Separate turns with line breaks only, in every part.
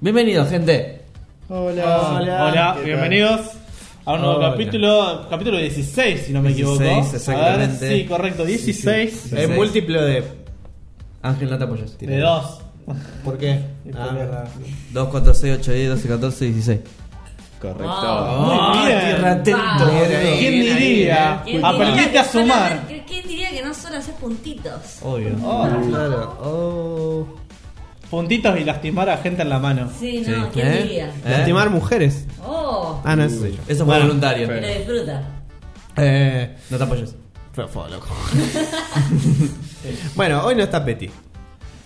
Bienvenidos, gente.
Hola.
Hola,
¿Qué tal?
bienvenidos a un nuevo
Hola.
capítulo, capítulo 16, si no me equivoco.
16, exactamente.
A ver, sí, correcto, 16
Es múltiplo de.
Ángel, no te apoyas.
de 2.
¿Por qué?
Ah, verdad.
2, 4, 6, 8, 10, 12, 14, 16.
Correcto.
Muy bien.
tierra atento,
Wow.
boludo.
Bien
¿Quién
ahí, bien
eh.
diría?
¿Quién diría
Aprendiste
que
Ah, a sumar.
solamente- ¿Quién diría que no solo haces puntitos?
Obvio.
Oh,
Claro. Oh.
puntitos y lastimar a gente en la mano.
Sí, no, ¿quién
¿Eh?
diría?
¿Eh?
Lastimar mujeres.
Oh,
Ah, no, eso soy yo.
Eso fue voluntario.
que lo disfruta.
Eh.
No te apoyes.
Pero fue loco. bueno, hoy no está Petty.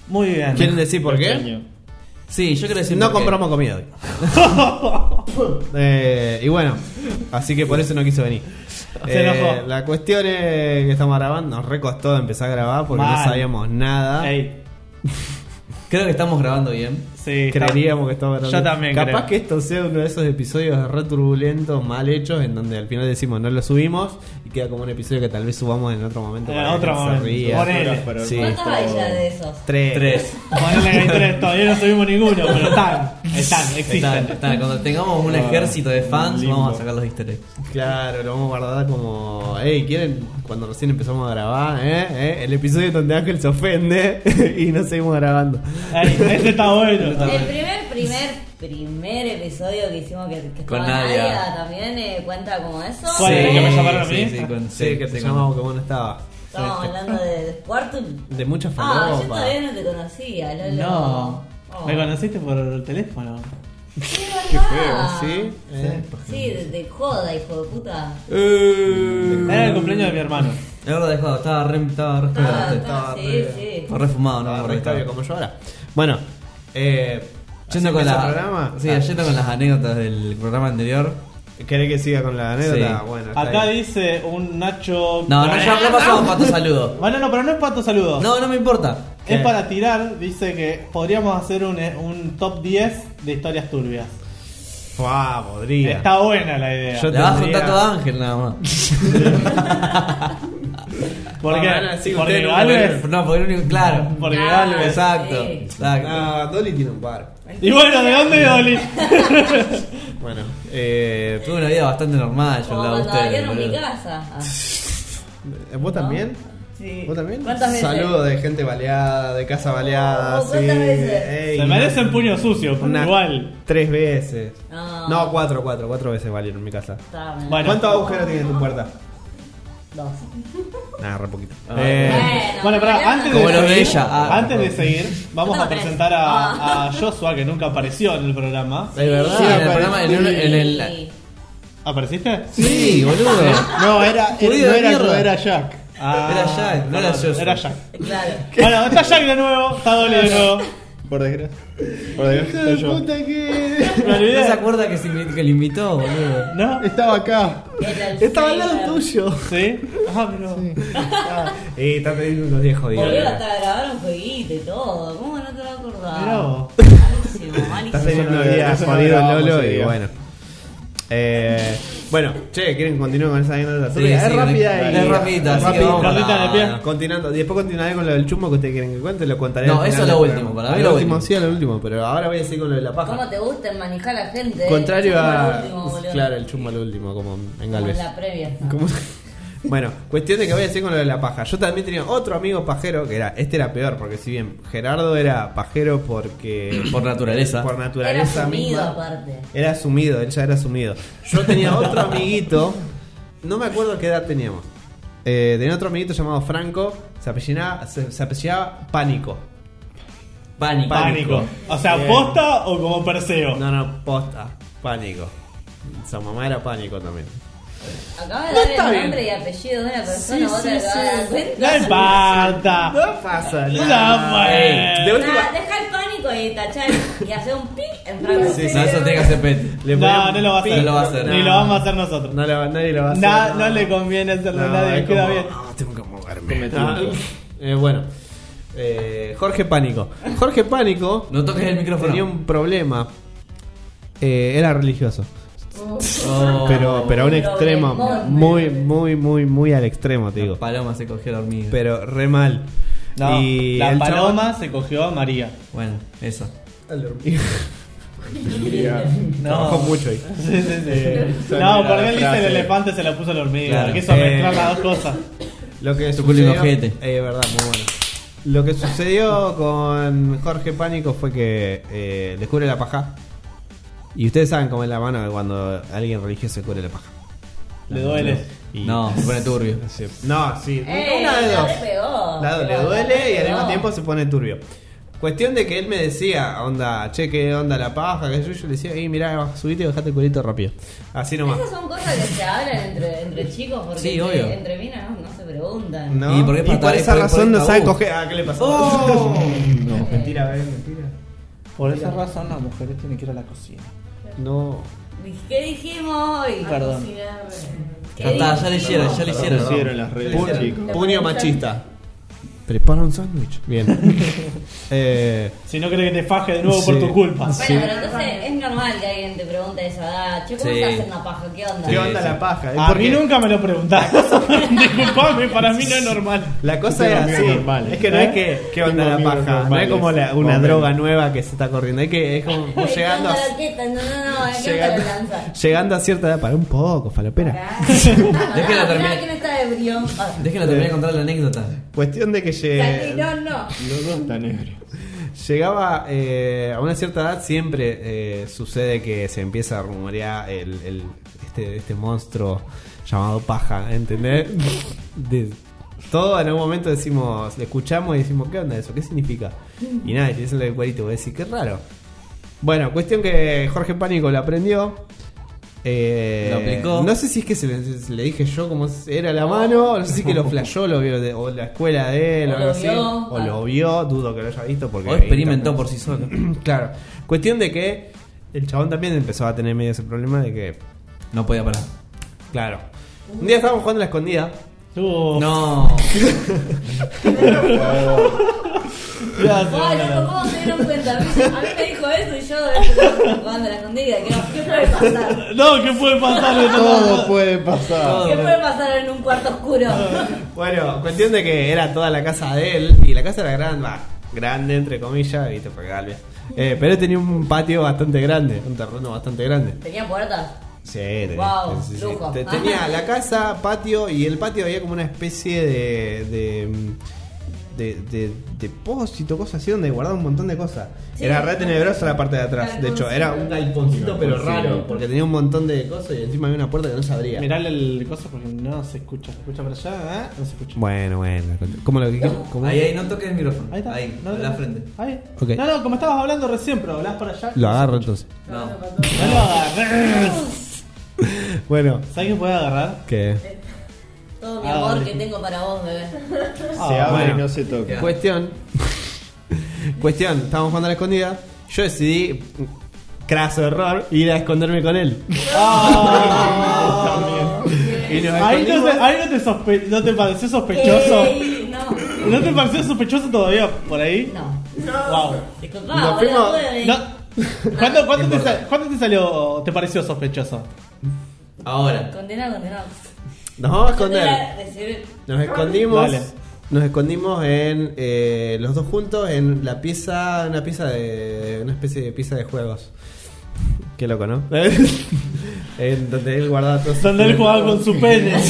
Muy bien.
¿Quieren decir por qué?
Pequeño.
Sí, yo quiero decir.
No
por qué.
compramos comida hoy. Eh, y bueno, así que por eso no quiso venir. Eh,
Se enojó.
la cuestión es que estamos grabando, nos recostó empezar a grabar porque no
Mal.
sabíamos nada.
Ey,
Creo que estamos grabando bien.
sí,
Creeríamos que estaba
Yo también creo.
Capaz que esto sea uno de esos episodios re turbulentos, mal hechos, en donde al final decimos no lo subimos y queda como un episodio que tal vez subamos en otro momento.
En
para que
otro
se
momento.
ría.
Ponele.
Sí.
¿Cuántos
esto-
hay ya de esos?
Tres.
Tres.
Ponele que hay tres, todavía no subimos ninguno, pero están, están,
Está,
existen.
está, Cuando tengamos un
Ah,
ejército de fans,
lindo.
vamos a sacar los easter eggs.
Claro, lo vamos a guardar como. Hey, ¿quieren? Cuando recién empezamos a grabar, ¿eh? ¿Eh? El episodio donde Ángel se ofende y no seguimos grabando.
Ey, ese está bueno.
El primer, primer, primer episodio que hicimos que, que
Con
estaba
Nadia.
también eh, cuenta como eso.
¿Cuál? ¿El que me llamaron a
Sí,
mí?
sí, con-
Sí, que te
sí, con-
llamamos que vos no estabas.
Estábamos hablando de, de cuarto.
De mucha
Ah,
falopa.
yo todavía no te conocía, Lolo.
No.
Oh.
Me conociste por el teléfono.
Sí,
Qué feo,
verdad.
¿sí? ¿Eh?
Sí, de, de joda, hijo de puta.
Eh,
Era el cumpleaños de mi hermano.
Es verdad, dejado, estaba re. Estaba re.
Estaba-
estaba-
estaba- Ah, sí, sí.
estaba re fumado, no me
Ah,
acuerdo.
Octavio, como yo ahora. Bueno, eh,
Yendo con,
el
la-
programa.
sí,
Ah,
yendo con las anécdotas del programa anterior.
¿Querés que siga con la anécdota?
Sí.
Bueno, está
Acá
bien.
dice un Nacho.
No, no, ya ya pasamos para tu saludo.
Bueno, no, pero no es para tu saludo.
No, no me importa.
Es para tirar, dice que podríamos hacer un, eh, un top 10 de historias turbias.
Fua, podría.
Está buena la idea.
Yo-
Le vas a
tendría-
contar todo a Ángel nada más.
¿Por
Ah,
qué?
bueno, sí,
porque
ustedes nunca
Galvez.
No, porque el único. Claro.
Porque
Ah,
Galvez.
Exacto.
sí.
Exacto.
Ah, Dolly tiene un par.
Y bueno, ¿de dónde Dolly?
Bueno, eh,
Tuve una vida bastante normal yo
Como
al lado de
cuando
ustedes.
abrieron mi
boludo.
casa. Ah,
¿vos también?
sí.
¿Vos también?
¿Cuántas veces?
Saludos de gente baleada, de casa baleada.
Oh,
sí.
¿cuántas veces?
Ey,
Se merecen puño sucio, pero
unas
igual.
Tres veces.
No.
No, cuatro, cuatro, cuatro veces valieron en mi casa.
Está bien.
Bueno.
¿Cuántos agujeros tiene tu puerta?
Dos.
Nada, re poquito.
Ah.
Eh,
Bueno, pará, antes de,
Como lo
seguir,
de ella. Ah,
antes de seguir, vamos a
Tres.
presentar a, a Joshua, que nunca apareció en el programa.
Es verdad.
Sí,
en el
apareció.
programa. En, un- en el.
Sí.
¿Apareciste?
Sí, boludo.
No, era,
Judío de mierda.
Jack.
Ah,
Era Jack, no era Joshua.
Era Jack.
Claro.
Bueno, está Jack de nuevo, está Dolly de nuevo.
Por desgracia. Por desgracia estoy yo.
que...
Me
No se
olvidé.
acuerda que, se invi- que le invitó, boludo.
¿No?
Estaba acá.
El
Estaba al lado
Alzheimer.
tuyo.
¿Sí? Ah, pero.
Y está teniendo unos 10 jodidos.
Boludo, hasta grabaron jueguito y todo. ¿Cómo no te vas a acordar?
Mirá vos.
Malísimo,
Estás
malísimo.
teniendo
Eso
unos
no-
días
eso no
jodidos,
grabamos
Lolo,
ese
y
día.
bueno. Eh, bueno, che, ¿quieren continuar con esa anécdota?
Sí,
tuya?
sí,
es rápida
es
y...
rapidita, así que
rápida.
vamos
Cortita
para-
de pie.
Continuando, y después continuaré con lo del chumbo que ustedes quieren que cuente, lo contaré.
No,
al
eso
final
es lo
del
último,
programa.
para mí
Al
lo
último,
último.
sí, al último, pero ahora voy a seguir con lo de la paja.
¿Cómo te gusta manejar a la gente? eh?
Contrario
Chumbo
a.
al último, boludo.
claro, el chumbo al último, como en
Como
Galvez.
la previa.
Como- Bueno, cuestión de que voy a decir con lo de la paja. Yo también tenía otro amigo pajero que era. Este era peor, porque si bien Gerardo era pajero porque.
Por naturaleza.
Por
Era
naturaleza
sumido
misma.
aparte.
Era asumido, él ya era asumido. Yo tenía otro amiguito, no me acuerdo qué edad teníamos. Eh, tenía otro amiguito llamado Franco, se apellidaba, se, se apellidaba Pánico.
Pánico.
Pánico. O sea,
Bien.
posta o como Perseo.
No, no, posta, Pánico. Su mamá era Pánico también.
Acabas de
No
dar
está
el
bien.
nombre y apellido de una persona,
Sí,
vos
sí,
te acabas de dar
sí.
No
cuenta.
importa.
No pasa
nada. No,
Eh,
pues.
De última,
Nah, deja el pánico y tachar y hacer un pi en franco.
Sí, sí.
No, eso tiene que hacer Peti.
le
No,
ponemos
no lo va a hacer.
No lo va a hacer.
Ni
No.
lo vamos a hacer nosotros.
No, la- nadie lo va a hacer.
Na- no le conviene hacerlo a
No,
nadie,
es
queda
como,
bien.
"Ah, tengo que moverme.
Cometido.
Ah, eh, bueno, eh, Jorge Pánico. Jorge Pánico
No toques el micrófono.
tenía un problema. Eh, era religioso.
Oh,
Pero, pero a un extremo,
Problemón.
muy, muy, muy, muy al extremo, te digo.
La paloma se cogió la hormiga.
Pero re mal.
No,
Y
la
el
paloma se cogió a María.
Bueno, eso.
No.
Trabajó mucho ahí.
Sí, sí, sí.
Esa
No,
era
porque
la
él dice el
frase.
elefante se la puso a la hormiga.
Claro.
Quiso
Eh.
mezclar las dos cosas.
Lo que
Tu culo y
sucedió,
ojete.
Eh, verdad, muy bueno. Lo que sucedió con Jorge Pánico fue que eh, le cubre la paja. Y ustedes saben cómo es la mano de cuando alguien religioso se cubre la paja.
Le duele.
Y-
No, se pone turbio.
Sí. No, sí.
Ey,
Una de
la
dos.
repegó.
Lado le
La
duele y al
repegó.
mismo tiempo se pone turbio. Cuestión de que él me decía, onda, che, qué onda la paja, que yo, yo le decía, y mirá, subite y bajate el culito rápido. Así nomás.
Esas son cosas que se hablan entre, entre chicos porque
Sí,
entre,
obvio.
entre minas no, no se preguntan.
¿No?
¿Y por qué patada-
esa
por- por
razón no
tabú?
sabe coger. Ah, ¿qué le pasó?
No.
Mentira, eh, mentira.
Por esa razón las mujeres tienen que ir a la cocina.
No.
¿Qué dijimos hoy?
Perdón.
Cocinar. ¿Qué
Ya está, ya le
dijimos?
hicieron, ya le
Lo
hicieron.
pusieron las
Pul-
redes, chicos.
puño machista. Prepara un sándwich. Bien. eh,
Si no querés que te faje de nuevo
Sí.
por tu culpa.
Sí.
Bueno, pero entonces es normal que alguien te pregunte a esa edad, che, ¿cómo
Sí.
se hace una paja? ¿Qué onda?
¿Qué onda
sí.
la paja? eh?
A
Porque
mí nunca me lo preguntaste. Disculpame, para mí no es normal.
La cosa
Tengo
es
amigos
así.
normales.
Es que no
¿Eh?
es que. ¿Qué onda
Tengo
la
amigos
paja? No es
normales.
como la- una
Hombre.
droga nueva que se está corriendo. Es que es como
¿Qué onda
llegando a.
la teta? No, no, no, ¿qué onda
Llegando,
la lanza?
llegando a cierta edad, para un poco, falopera.
Déjela
terminar.
¿Quién está de brío? Ah,
Déjenla terminar de contar la anécdota.
Cuestión de que
Santi,
lle-
No, no.
Los dos están ebrios.
llegaba eh, a una cierta edad, siempre eh, sucede que se empieza a rumorear el, el- este, este monstruo llamado paja, ¿entendés? De, todo en algún momento decimos, le escuchamos y decimos, ¿qué onda eso? ¿Qué significa? Y nada, y te dicen lo del cuerito, voy a decir, qué raro. Bueno, cuestión que Jorge Pánico lo aprendió. Eh,
Lo aplicó.
No sé si es que se le, se le dije yo como era la mano, no sé si es que lo flashó, lo vio de- o la escuela de él, o,
O
algo
lo
así.
vio.
O lo vio, dudo que lo haya visto porque.
O experimentó por sí solo.
Claro. Cuestión de que el chabón también empezó a tener medio ese problema de que.
No podía parar.
Claro. Un día estábamos jugando a la escondida.
Tú.
No.
Gracias,
Ay, loco,
Alan.
¿cómo se dieron cuenta? A mí, a mí me dijo eso y yo jugando a la escondida. ¿Qué, qué puede pasar?
No, ¿qué puede pasar?
Todo puede pasar.
¿Qué puede pasar en un cuarto oscuro?
Bueno, cuestión de que era toda la casa de él. Y la casa era grande, va, grande entre comillas, viste, porque Galvez. Eh, pero tenía un patio bastante grande, un terreno bastante grande.
¿Tenía puertas?
Sí, tenía,
Wow,
sí, sí, sí.
lujo.
Te- tenía la casa, patio y el patio había como una especie de de, mm, de, de- depósito, cosas así donde guardaba un montón de cosas.
Sí.
Era re tenebrosa la parte de atrás. De hecho, era un galponcito pero raro porque tenía un montón de cosas y encima había una puerta que no se abría.
Mirá el coso porque no se escucha. ¿Se escucha para allá? ¿eh? No se escucha.
Bueno, bueno. ¿Cómo lo que cómo-
Ahí, ahí, no toques el micrófono.
Ahí está.
Ahí,
No,
en la frente.
Ahí.
Ok.
No, no, como estabas hablando recién, pero hablás para allá.
Lo agarro entonces.
No.
No lo agarres.
Bueno,
¿Sabes qué puede agarrar?
que
Todo mi
Ah,
amor
vale.
que tengo para vos, bebé.
Se
Ah,
abre
bueno.
y no se toca.
Cuestión. Cuestión, estábamos jugando a la escondida. Yo decidí, craso error, ir a esconderme con él. Y nos
Ahí no,
escondimos.
te, ahí no te, sospe- no te pareció sospechoso.
Ey, No,
¿No te pareció sospechoso todavía por ahí?
no.
Wow.
Disculpa,
Nos
vos
fuimos-
la tuve.
No. ¿Cuándo, cuándo te sal- cuándo te salió, te pareció sospechoso?
Ahora.
Condena, condena.
Nos vamos a esconder.
Condena, recibir.
Nos escondimos.
Dale.
Nos escondimos en eh, los dos juntos en la pieza, una pieza de una especie de pieza de juegos. Qué loco, ¿no? en donde él guardaba todo.
Donde él jugaba con su pene.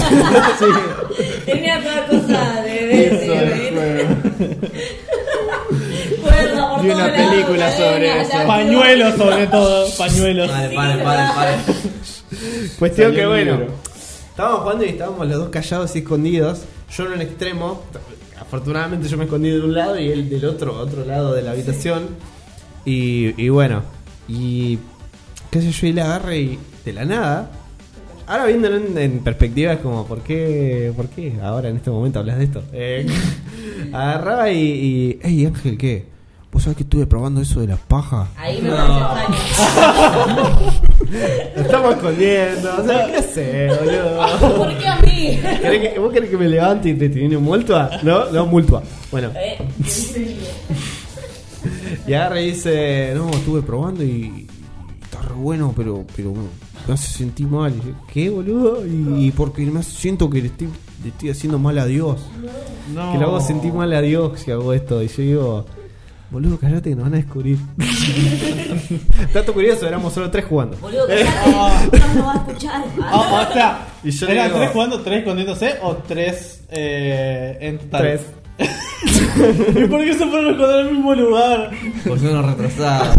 Tenía toda cosa de bebé.
Eso es juego.
Cuerda por
Vi una
todos
película
lados,
sobre
cadena,
eso.
la-
Pañuelos sobre todo, pañuelos.
Vale, vale, vale, vale.
Cuestión que
Salió el
bueno.
libro.
Estábamos jugando y estábamos los dos callados y escondidos. Yo en un extremo. Afortunadamente yo me escondí de un lado y él del otro, otro lado de la habitación. Y, y bueno. Y. qué sé yo, y la agarré y de la nada. Ahora viéndolo en, en perspectiva es como, ¿por qué, ¿por qué ahora en este momento hablas de esto? Eh, agarraba y, y... ¡Ey Ángel, qué! ¿Vos sabés que estuve probando eso de las pajas?
Ahí me
No.
pareció extraño.
Lo estamos escondiendo, o sea, ¿qué sé, boludo?
Ah, ¿Por qué a mí?
¿Querés que- ¿Vos querés que me levante y te tiene un multua? No, no, multua. Bueno,
Eh,
y agarra y dice, no, estuve probando y, y está re bueno, pero, pero bueno, me hace sentir mal. Y yo, ¿Qué, boludo? Y, y porque me hace- siento que le estoy, le estoy haciendo mal a Dios.
No.
Que lo hago sentir mal a Dios si hago esto. Y yo digo, boludo, callate que nos van a descubrir. Dato curioso, éramos solo tres jugando.
Boludo, que no lo va a escuchar. Ah,
O,
Ah,
o sea,
Y yo le
¿eran
digo-
tres jugando, tres escondiéndose o tres eh, en total?
Tres.
¿Y por qué se fueron a esconder al mismo lugar?
Por ser unos retrasados.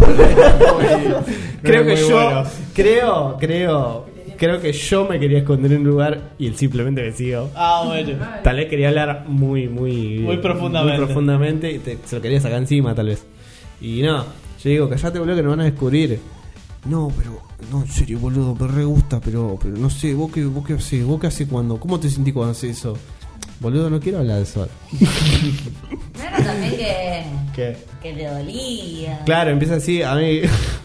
Creo
No,
que
muy
yo,
bueno.
creo, creo, creo que yo me quería esconder en un lugar y él simplemente me siguió.
Ah, bueno.
Tal vez quería hablar muy, muy.
Muy profundamente.
muy profundamente y te- se lo quería sacar encima, tal vez. Y no, yo digo, callate, boludo, que nos van a descubrir. No, pero. No, en serio, boludo, me re gusta, pero, pero no sé, ¿vos qué, vos qué haces? ¿Vos qué haces cuando? ¿Cómo te sentís cuando haces eso? Boludo, no quiero hablar de eso. ahora.
No era también que.
¿Qué?
que le dolía.
Claro, empieza así, a mí.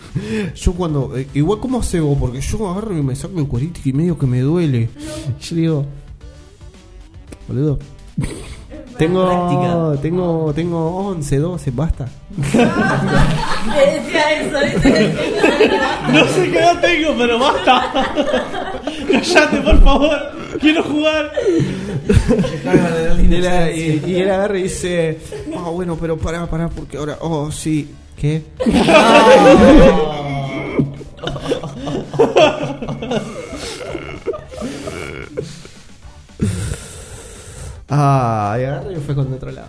Yo cuando. eh, igual, ¿cómo hace vos? Porque yo agarro y me saco el cuerito y medio que me duele. Yo digo. Boludo. Tengo,
Práctica.
tengo, tengo 11, 12, basta.
Le decía eso, ¿viste?
No sé qué edad tengo, pero basta. Callate, por favor. Quiero jugar.
Y él, y, y él agarra y dice, ah, bueno, pero pará, pará, porque ahora, oh, sí, ¿qué? Ah, y agarra y fue con otro lado.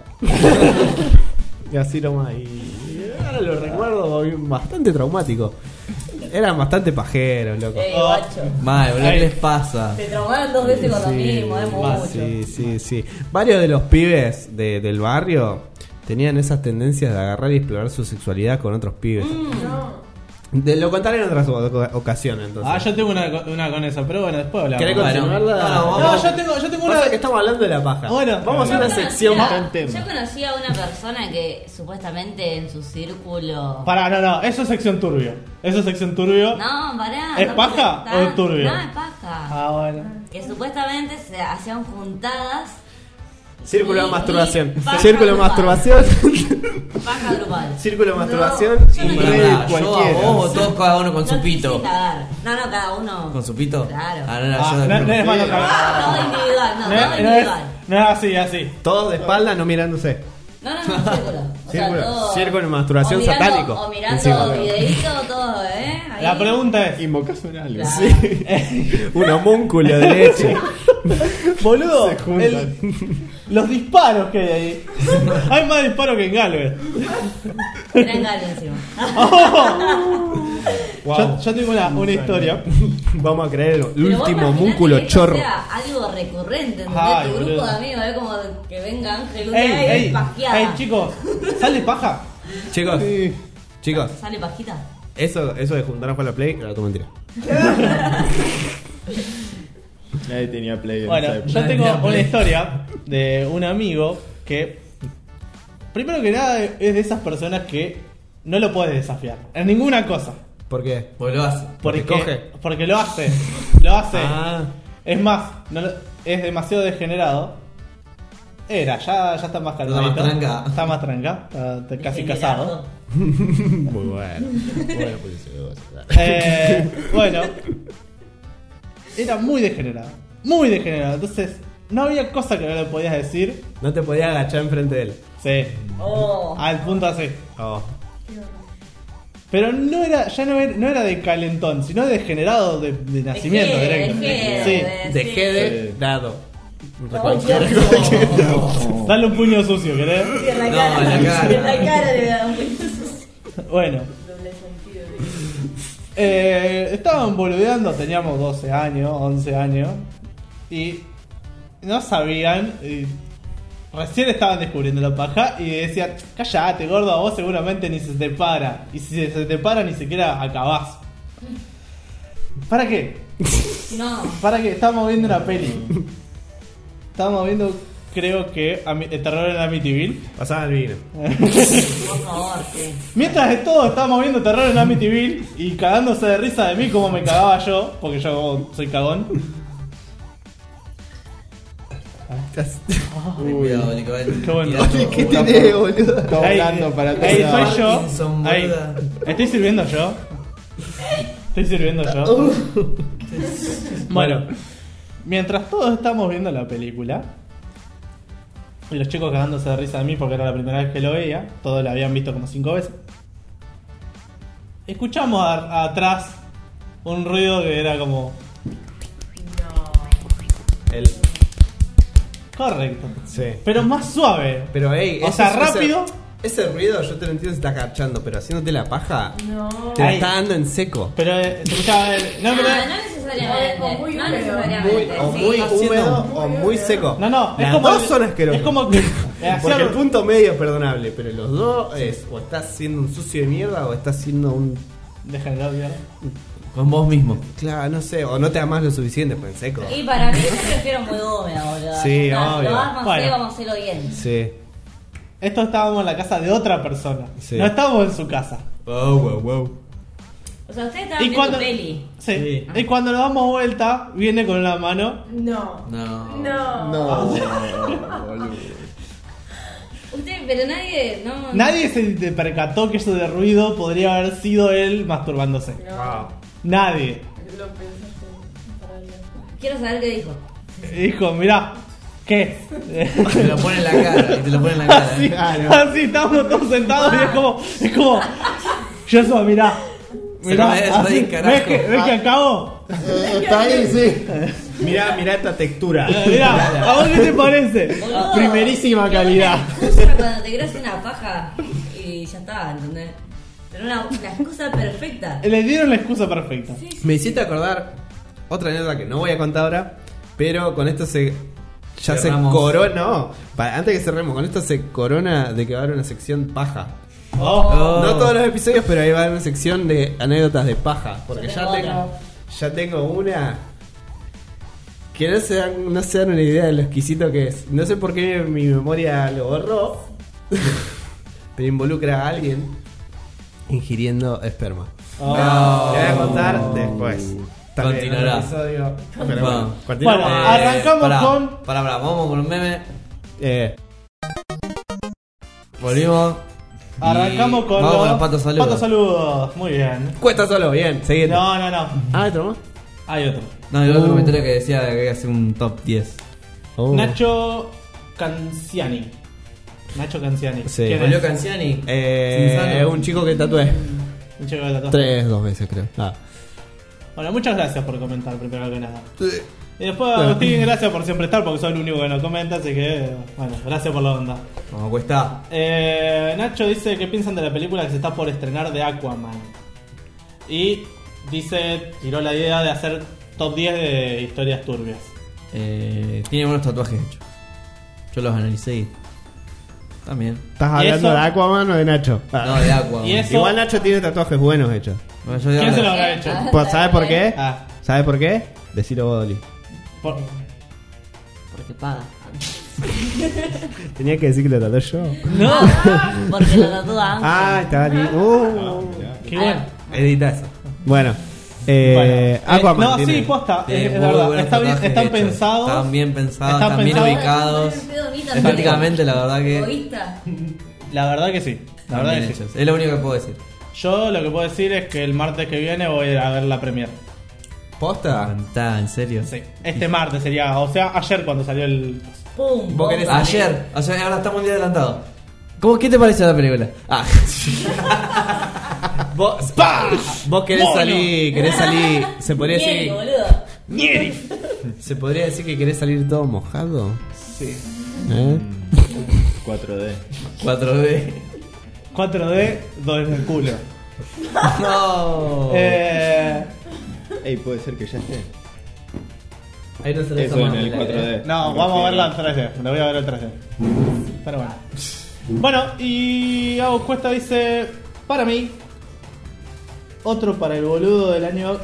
y así nomás. Y ahora lo recuerdo bien- bastante traumático. Eran bastante pajeros, loco.
Ey, guacho.
Mal, boludo, ¿qué
Ay.
les pasa?
Te traumaron dos veces con lo
Sí,
mismo, es
ah,
mucho.
Sí, sí, sí. Varios de los pibes de- del barrio tenían esas tendencias de agarrar y explorar su sexualidad con otros pibes.
Mm,
De- lo contaré en otras oca- ocasiones, entonces.
Ah, yo tengo una, co- una con esa, pero bueno, después hablamos.
¿Querés
Bueno.
continuarla?
No,
No, yo tengo, yo tengo una.
Pasa que estamos hablando de la paja.
Bueno.
vamos a hacer
Yo
una
conocí
sección.
a-
con tema.
Yo conocí a una persona que supuestamente en su círculo.
Pará, no, no, eso es sección turbio. Eso es sección turbio.
No, pará.
¿Es
no
paja
puede estar.
o turbio?
No, es paja.
Ah, bueno.
Que supuestamente se hacían juntadas.
Círculo de
y-
masturbación.
y paja
Círculo de
grupal.
masturbación.
Paja grupal.
Círculo de
No,
masturbación.
yo no
Bueno,
y-
quiero-
pará, yo a
cualquiera.
vos o todos cada uno con su
no quise
pito.
indagar. No, no, cada uno.
¿Con su pito?
Claro.
Ah, no, no,
Ah,
yo
no, no es malo,
Sí.
no,
Todo individual, no,
no
todo
es- no es-
individual.
no es así, así.
Todos de espalda, no mirándose.
No, no, no, círculo. O sea,
Círculo.
todo-
Círculo de masturbación
o mirando-
satánico.
O
Encima.
mirando videíto, todo, ¿eh? Ahí.
La pregunta es:
Invocas un algo.
Claro.
Un homúnculo de leche.
Boludo,
Se juntan.
el- los disparos que hay ahí. Hay más disparos que en Galvez.
Era en Galo encima.
Yo, yo tengo una, una historia.
Vamos a creer el
Pero vos
último
imaginate que
homúnculo
esto
chorro.
sea algo recurrente, ¿entendés?
Ay,
tu grupo
boludo.
de amigos, ¿eh? Como que venga Ángel un
Ey,
día y
ey,
pajeada.
ey, chicos, ¿sale paja?
Chicos, chicos,
¿Sale pajita?
eso, eso de juntarnos para la play era tu mentira.
Nadie tenía play en esa
Bueno,
época.
yo tengo una historia de un amigo que, primero que nada, es de esas personas que no lo puedes desafiar en ninguna cosa.
¿Por qué?
Vos lo haces.
Porque
Porque,
coge.
porque lo hace, lo hace.
Ah,
Es más, no lo- es demasiado degenerado. Era, ya, ya está más
Está más
calmadito.
tranca.
Está más tranca, está- está casi
Degenerado.
casado.
muy bueno. bueno pues, eso, dale.
Eh, bueno, era muy degenerado, muy degenerado. Entonces, no había cosa que no le podías decir.
no te podías agachar enfrente de él.
Sí,
Oh.
Al punto así.
Oh.
Pero no era, ya no era, no era de calentón, sino de degenerado de, de nacimiento
Dejé,
directo.
dejé,
Sí.
eh,
Dejé de
Sí.
dado.
No,
Cualquiera.
Dios, no.
Dale un puño sucio, ¿querés?
Y en la
No,
cara.
en la cara.
En la cara le voy a dar un beso.
Bueno. Eh, estaban boludeando, teníamos 12 años, 11 años. Y no sabían. y recién estaban descubriendo la paja y decían: Cállate, gordo, a vos seguramente ni se te para. Y si se te para, ni siquiera acabás. ¿Para qué?
No.
Para que estábamos viendo una peli. Estábamos viendo, creo que, Ami- eh, Terror en Amityville.
Pasaba el vino.
Por favor, sí.
Mientras de todo estábamos viendo Terror en Amityville y cagándose de risa de mí como me cagaba yo, porque yo soy cagón.
Ten Cuidado, Nicobal.
Qué bueno.
Tirando-
¿Qué
Una-
tiene, boludo? Está
Ey,
volando para
ey,
todos lados.
soy yo.
Parkinson,
Ey,
boluda.
estoy sirviendo yo. Estoy sirviendo yo.
Uh.
Bueno, mientras todos estamos viendo la película, y los chicos cagándose de risa de mí porque era la primera vez que lo veía, todos la habían visto como cinco veces, escuchamos a- atrás un ruido que era como...
El-
Correcto.
sí.
Pero más suave.
Pero hey,
O sea, rápido.
Ese, ruido yo te lo entiendo si está carchando, pero haciéndote la paja,
No.
te la
Ay.
está dando en seco.
Pero eh, se escuchaba el- No,
No,
pero-
no necesariamente.
O muy
No
húmedo.
Muy,
necesariamente.
o
sí.
muy
haciendo-
húmedo o muy seco.
No, no, es
Las
como.
dos son asquerosas.
Es como que. eh, hacía-
Porque el punto medio es perdonable, pero los dos es o estás siendo un sucio de mierda o estás siendo un.
Deja de odiar.
Con vos mismo.
Claro, no sé, o no te amas lo suficiente, pues en seco.
Y para mí yo prefiero muy húmedo, boludo.
Sí,
Ya está,
obvio.
Lo vas a
Bueno.
hacer, vamos a hacerlo bien.
Sí.
Esto estábamos en la casa de otra persona.
Sí.
No estábamos en su casa.
Wow, wow, wow.
O sea, ustedes estaban
Y
viendo
cuando.
peli.
Sí. Y cuando nos damos vuelta, viene con una mano.
No.
No.
No.
Ah, No, boludo.
Ustedes, pero nadie, no.
Nadie se te percató que eso de ruido podría haber sido él masturbándose.
No.
Nadie.
Lo pensaste. para bien.
Quiero saber qué dijo.
Ah, Dijo, mirá, ¿qué?
Te lo pone en la cara, y te lo pone en la cara.
Así,
Claro.
así estábamos todos sentados y es como, es como, yo soy, mirá,
Se
mirá,
me desmayó,
así,
carajo.
¿ves que, ves que acabo?
Está ahí, sí.
Mirá, mirá esta textura.
Eh, Mirá, ¿a vos qué te parece?
Boludo,
Primerísima
qué
calidad.
buena excusa cuando te creas una paja y ya está, ¿entendés? Pero una, una excusa perfecta.
Le dieron la excusa perfecta.
Me hiciste acordar otra anécdota que no voy a contar ahora, pero con esto se. Ya
Cerramos.
se corona. No, para- antes que cerremos, con esto se corona de que va a haber una sección paja.
Oh.
Oh.
No todos los episodios, pero ahí va a haber una sección de anécdotas de paja. Porque
Yo
ya
tengo
tengo. Ya tengo una. Que no se, dan, no se dan una idea de lo exquisito que es. No sé por qué mi memoria lo borró. pero involucra a alguien ingiriendo esperma.
Oh.
Lo voy a contar después. También en otro
Continuará.
episodio. Pero
Vamos.
bueno, continuamos.
Bueno, Eh, arrancamos
pará,
con-
Pará, pará, vamos con un meme.
Eh,
Volvimos. y
Arrancamos con
Vamos
los
con los patos saludos.
patos saludos. Muy bien.
cuesta solo, bien, siguiente.
No, no, no.
Ah, otro más.
Hay otro.
No, el otro
Uh.
comentario que decía que había que hacer un top 10. Uh.
Oh.
Nacho Canciani. Nacho Canciani.
Sí.
¿Quién
Volvió
es?
Canciani.
Eh,
Sinsano.
un chico que tatué.
Un chico de tatuaje.
Tres, dos veces creo. Ah.
Bueno, muchas gracias por comentar primero que nada. Y después, Agustín, gracias por siempre estar, porque soy el único que no comenta, así que, bueno, gracias por la onda.
Vamos, cuesta.
Eh, Nacho dice que piensan de la película que se está por estrenar de Aquaman. Y dice, tiró la idea de hacer top 10 de historias turbias.
Eh, tiene buenos tatuajes hechos. Yo los analicé y. También.
¿Estás
¿Y
hablando
eso?
de Aquaman o de Nacho? Ah.
No, de agua.
¿Y eso?
Igual Nacho tiene tatuajes buenos hechos.
Bueno, yo de
¿Quién se lo
agua.
habrá hecho?
Pues, ¿Sabes por qué?
Ah,
¿Sabes por qué? Decilo vos, Oli.
por-
Porque paga.
Tenía que decir que lo tatué yo.
No. Porque lo tatúan.
Ah, estaba li- Uh.
qué bueno.
Edita eso.
Bueno, eh,
Bueno, eh,
Aquaman.
no,
tiene-
sí, posta,
Tiene
es, es
muy
verdad.
buenos
Está bien-
tatuajes
están
hechos.
pensados.
Están bien pensados,
Están
están, bien
pensados.
ubicados. Estéticamente, la
Ah,
verdad que.
Egoísta.
Ah. La verdad que sí. La
están
verdad
bien
que sí.
hechos. Es lo único que puedo decir.
Yo lo que puedo decir es que el martes que viene voy a ir a ver la premiere.
¿Posta?
Aguantá, en serio.
Sí. Este martes sería, o sea, ayer cuando salió el.
Pum.
Vos querés-
Ayer, o sea, ahora estamos un día adelantado. ¿Cómo, ¿Qué te parece la película? Ah,
Vos,
¡Pah!
vos querés
Mono.
salir, querés salir, se podría
Bien,
decir,
boludo.
¡Nieri!
se podría decir que querés salir todo mojado,
Sí.
¿eh?
4D.
4D.
4D, 2 en el culo.
No.
Eh,
Ey, puede ser que ya esté.
Ahí no se lo
Eso en
tomamos, la
el
idea.
4D.
no, vamos a verla en 3D. La voy a ver en 3D. Pero bueno. Bueno, y Agus Cuesta dice: Para mí, otro para el boludo del año.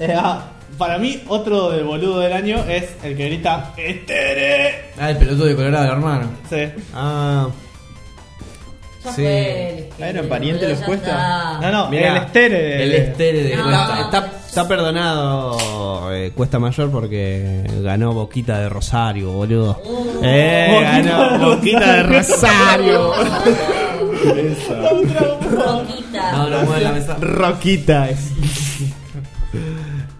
Eh, ah, para mí, otro del boludo del año es el que grita: ¡Estere!
Ah, el pelotudo de Colorado, hermano.
Sí.
Ah,
Ya
Sí.
fue. este,
Ah, ¿eran parientes
Boludo,
los
ya
Cuesta?
está.
No, no,
Mirá,
el estere. de-
Ah, El estere de
No.
Cuesta.
está, está perdonado eh, Cuesta Mayor porque ganó Boquita de Rosario, boludo.
Uh.
Eh, ganó Boquita de Rosario.
Esa.
Dame un trago, por favor.
Poquita.
No, no mueve la mesa.
Roquita es.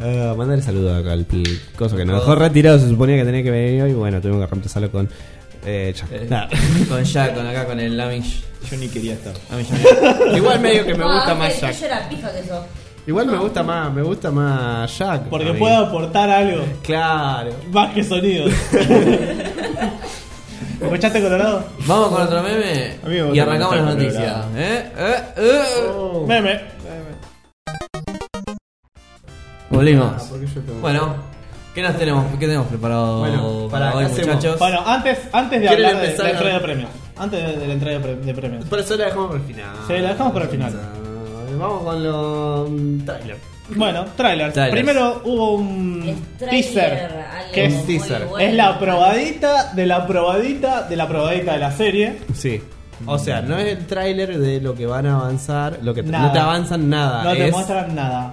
Ah, mandale saludo acá al pl- coso que nos dejó
Todo.
retirado. Se suponía que tenía que venir hoy. Bueno, tuvimos que reemplazarlo con. Eh, ya.
Eh,
Nah.
Con Jack, con acá, con el Amish.
Yo ni quería estar.
Amish amigo.
Igual medio que me
No,
gusta
Ángel,
más
Ah, Yo
Jack.
era pija que eso.
Igual me gusta más, me gusta más Jack. a
Porque
mí.
puedo aportar algo
Claro.
más que sonidos. ¿Escuchaste Colorado?
Vamos con otro meme
A mí me gusta
y arrancamos las
mucho el
noticias.
programa.
¿Eh? ¿Eh? ¿Eh?
Oh.
Meme.
Volvimos.
Ah, porque yo tengo-
Bueno, ¿qué nos tenemos? ¿Qué tenemos preparado
Bueno,
para,
para,
hoy,
¿qué hacemos?
muchachos?
Bueno, antes, antes de
¿Quieren
hablar de
empezar
la
a-
entrega de premios. Antes de, de la entrega de, pre- de premios.
Por eso la dejamos para el final. Ah,
Sí, la dejamos para el final.
Vamos con los mm, trailer.
Bueno, trailers.
Trailers.
Primero hubo un
Es
Mm. teaser.
trailer, algo
Que es,
muy
teaser.
bueno.
es la probadita de la probadita de la probadita de la serie.
Sí. O sea, no es el tráiler de lo que van a avanzar, lo que te-
Nada.
no te avanzan nada.
No te
Ah, es,
muestran nada.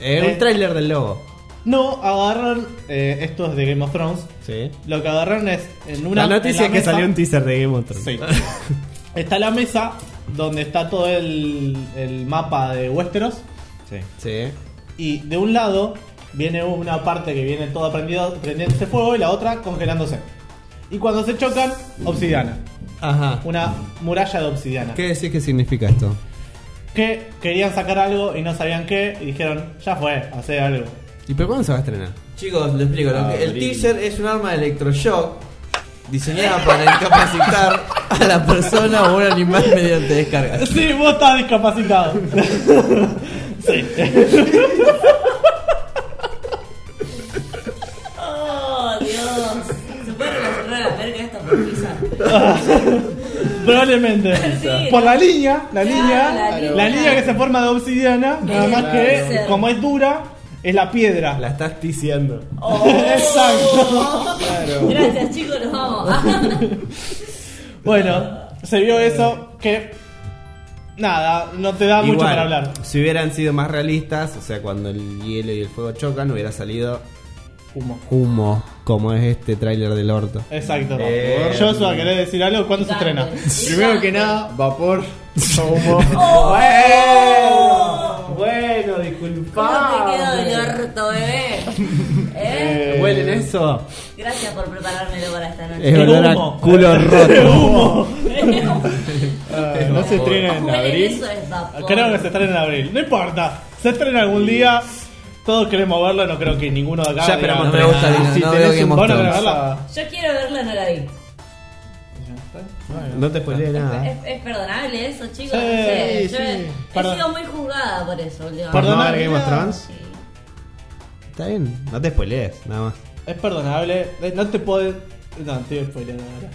es
Eh.
un tráiler del logo.
No, agarran eh, estos de Game of Thrones.
Sí.
Lo que agarraron es en una.
la noticia
en
es que
mesa-
salió un teaser de Game of Thrones.
Sí. está la mesa donde está todo el, el mapa de Westeros.
Sí.
Sí.
Y de un lado viene una parte que viene toda prendido, prendiéndose fuego y la otra congelándose. Y cuando se chocan, obsidiana.
Ajá.
Una muralla de obsidiana.
¿Qué decís que significa esto?
Que querían sacar algo y no sabían qué. Y dijeron, ya fue, hacer algo.
¿Y pero cuándo se va a estrenar?
Chicos, les explico. lo que- el
Abril.
teaser es un arma de electroshock diseñada para incapacitar a la persona o un animal mediante descargas.
Sí, vos estás discapacitado. sí.
Oh, Dios. ¿Se puede relacionar a la verga esto por pizza?
Probablemente.
Sí.
Por la línea, la
Claro,
línea, la
la
línea,
línea.
que se forma de obsidiana, nada más que
Claro.
como es dura, es la piedra.
La estás ticiando.
Exacto.
Oh, Gracias, chicos, nos vamos. Ah,
Bueno, se vio eso que nada, no te da mucho para hablar.
si hubieran sido más realistas, o sea, cuando el hielo y el fuego chocan, hubiera salido
Humo.
humo, como es este tráiler del orto.
Exacto.
Eh,
Joshua, ¿querés decir algo? ¿Cuándo se estrena?
Primero que nada, vapor. Humo.
Oh,
eh,
¡Eh!
Bueno.
Bueno,
¿Cómo te quedó
disculpame.
el orto, bebé? ¿Eh?
Eh,
¿Huelen eso?
Gracias por preparármelo para esta
Es
noche.
olor
humo.
a culo roto.
Humo.
Eh.
Ah, no se estrena en
Huelen
abril.
eso es vapor.
Creo que se estrena en abril. No importa. Se estrena algún día. Todos queremos verlo. No creo que ninguno de acá.
Ya
diga,
esperamos
No
"No,
me
tres
gusta,
Ah,
no,
si
no
tenés
veo Game
un
of
Vos no querés
Thrones.
verla.
Yo quiero verla, no la vi.
No te spoileé nada.
¿Es, es perdonable eso, chicos?
Ah. Sí,
no sé.
sí.
Yo he- he,
Perdón.
sido muy juzgada por eso últimamente.
¿Por no ver
Perdonable.
Game of Thrones? Está bien, no te spoilees, nada más.
Es perdonable. Eh, No te puedo. No, estoy spoileando ahora.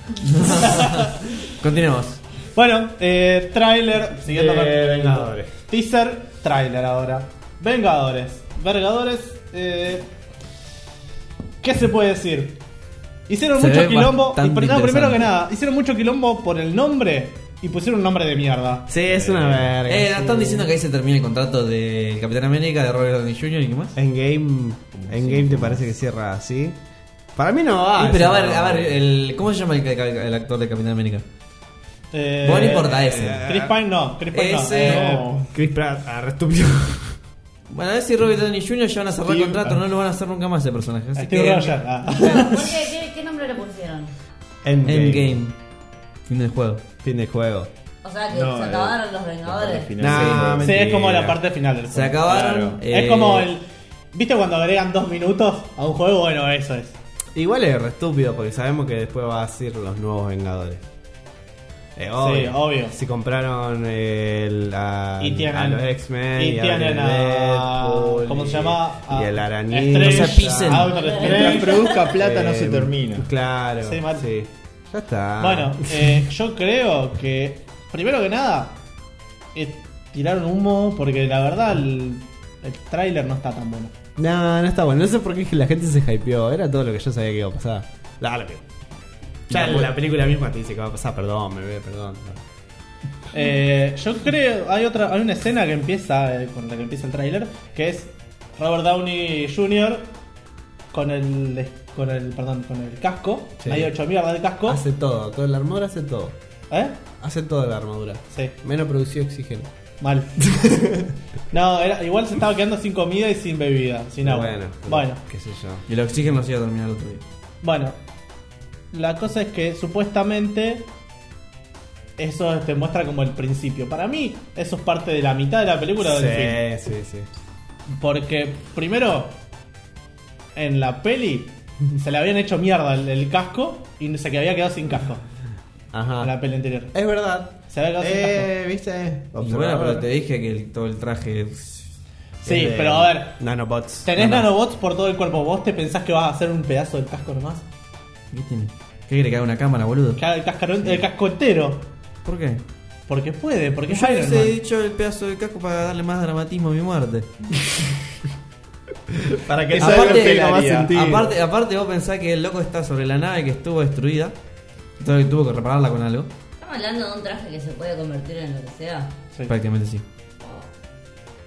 Continuemos.
Bueno, eh, trailer. Siguiendo
Eh,
con-
Vengadores.
Teaser, trailer ahora. Vengadores. Vengadores. Eh, ¿Qué se puede decir? Hicieron
Se ve
mucho quilombo. Y,
bastante
pri- no, primero
interesante.
que nada, hicieron mucho quilombo por el nombre y pusieron un nombre de mierda.
Sí, es una verga.
Eh,
sí.
están diciendo que ahí se termina el contrato del Capitán América, de Robert Downey Jr. y qué más.
Endgame, Endgame te parece que cierra así. Para mí no va.
Sí, pero a
eso.
ver, a ver, el, ¿cómo se llama el, el actor de Capitán América?
Eh,
Vos no importa ese.
Chris Pine no, Chris Pine
Ese-
no. Eh,
Chris Pratt, arre estúpido.
Bueno, a ver si Robert Downey Jr. ya van a cerrar
Steve-
contrato, no lo van a hacer nunca más ese personaje. Así
Steve
que-
Rogers. ah.
¿Por qué? ¿Qué- ¿Qué nombre le pusieron?
Endgame.
Endgame. Fin del juego.
Fin de juego.
O sea, que
No,
se
eh,
acabaron los
Al
Vengadores.
final,
Nah,
sí.
Sí, es como
Mentira.
la parte final del
Se
juego.
acabaron.
Claro.
eh,
Es como el. ¿Viste cuando agregan dos minutos a un juego? Bueno, eso es.
Igual es re estúpido porque sabemos que después va a ser los nuevos Vengadores. Eh, obvio.
obvio.
Si compraron el, a,
Y tienen-
a los X-Men
y tienen a-
Deadpool
¿cómo se
y-
llama?
Y
A-
el
Estrella,
arañito.
No se pisen.
Doctor
Mientras
Strange.
produzca plata no se termina.
Eh, Claro.
Sí,
Sí,
mal.
Ya está.
Bueno, eh, yo creo que. Primero que nada, eh, tiraron humo porque la verdad el, el tráiler no está tan bueno.
No, no está bueno. No sé por qué es que la gente se hypeó. Era todo lo que yo sabía que iba a pasar. Dale. Ya en la película misma te dice que va a pasar. Perdón, bebé, perdón.
Eh, yo creo. Hay otra hay una escena que empieza eh, con la que empieza el tráiler que es Robert Downey Jr. con el. Con el, perdón, con el casco,
Sí. Ah,
medio hecho mierda el casco.
Hace todo, todo el armor hace todo.
¿Eh?
Hacen toda la armadura.
Sí,
Menos producido oxígeno.
mal. no, era, igual se estaba quedando sin comida y sin bebida, sin agua.
Bueno, pero
bueno.
Qué sé yo.
Y el oxígeno se iba a terminar el otro día.
Bueno, la cosa es que supuestamente eso te muestra como el principio. Para mí, eso es parte de la mitad de la película o del film.
sí, sí, sí.
Porque, primero, en la peli se le habían hecho mierda el, el casco y se que había quedado sin casco.
Ajá.
En la peli anterior.
Es verdad.
Se había quedado sin casco.
Eh, viste.
Y bueno, pero te dije que el- todo el traje.
Sí, pero a ver.
Nanobots.
Tenés
No, no.
nanobots por todo el cuerpo. ¿Vos te pensás que vas a hacer un pedazo del casco nomás?
¿Qué tiene? ¿Qué quiere que haga una cámara, boludo?
Claro, el, cascarón- el casco entero.
¿Por qué?
Porque puede, porque es
Yo
Iron
hubiese
Man.
dicho el pedazo de casco para darle más dramatismo a mi muerte.
Para que
Aparte
salga
de la
pelaria.
más sentido. Sí.
Aparte, aparte vos pensás que el loco está sobre la nave que estuvo destruida. Entonces tuvo que repararla con algo.
Estamos hablando de un traje que se puede convertir en lo que sea.
Sí.
Prácticamente sí.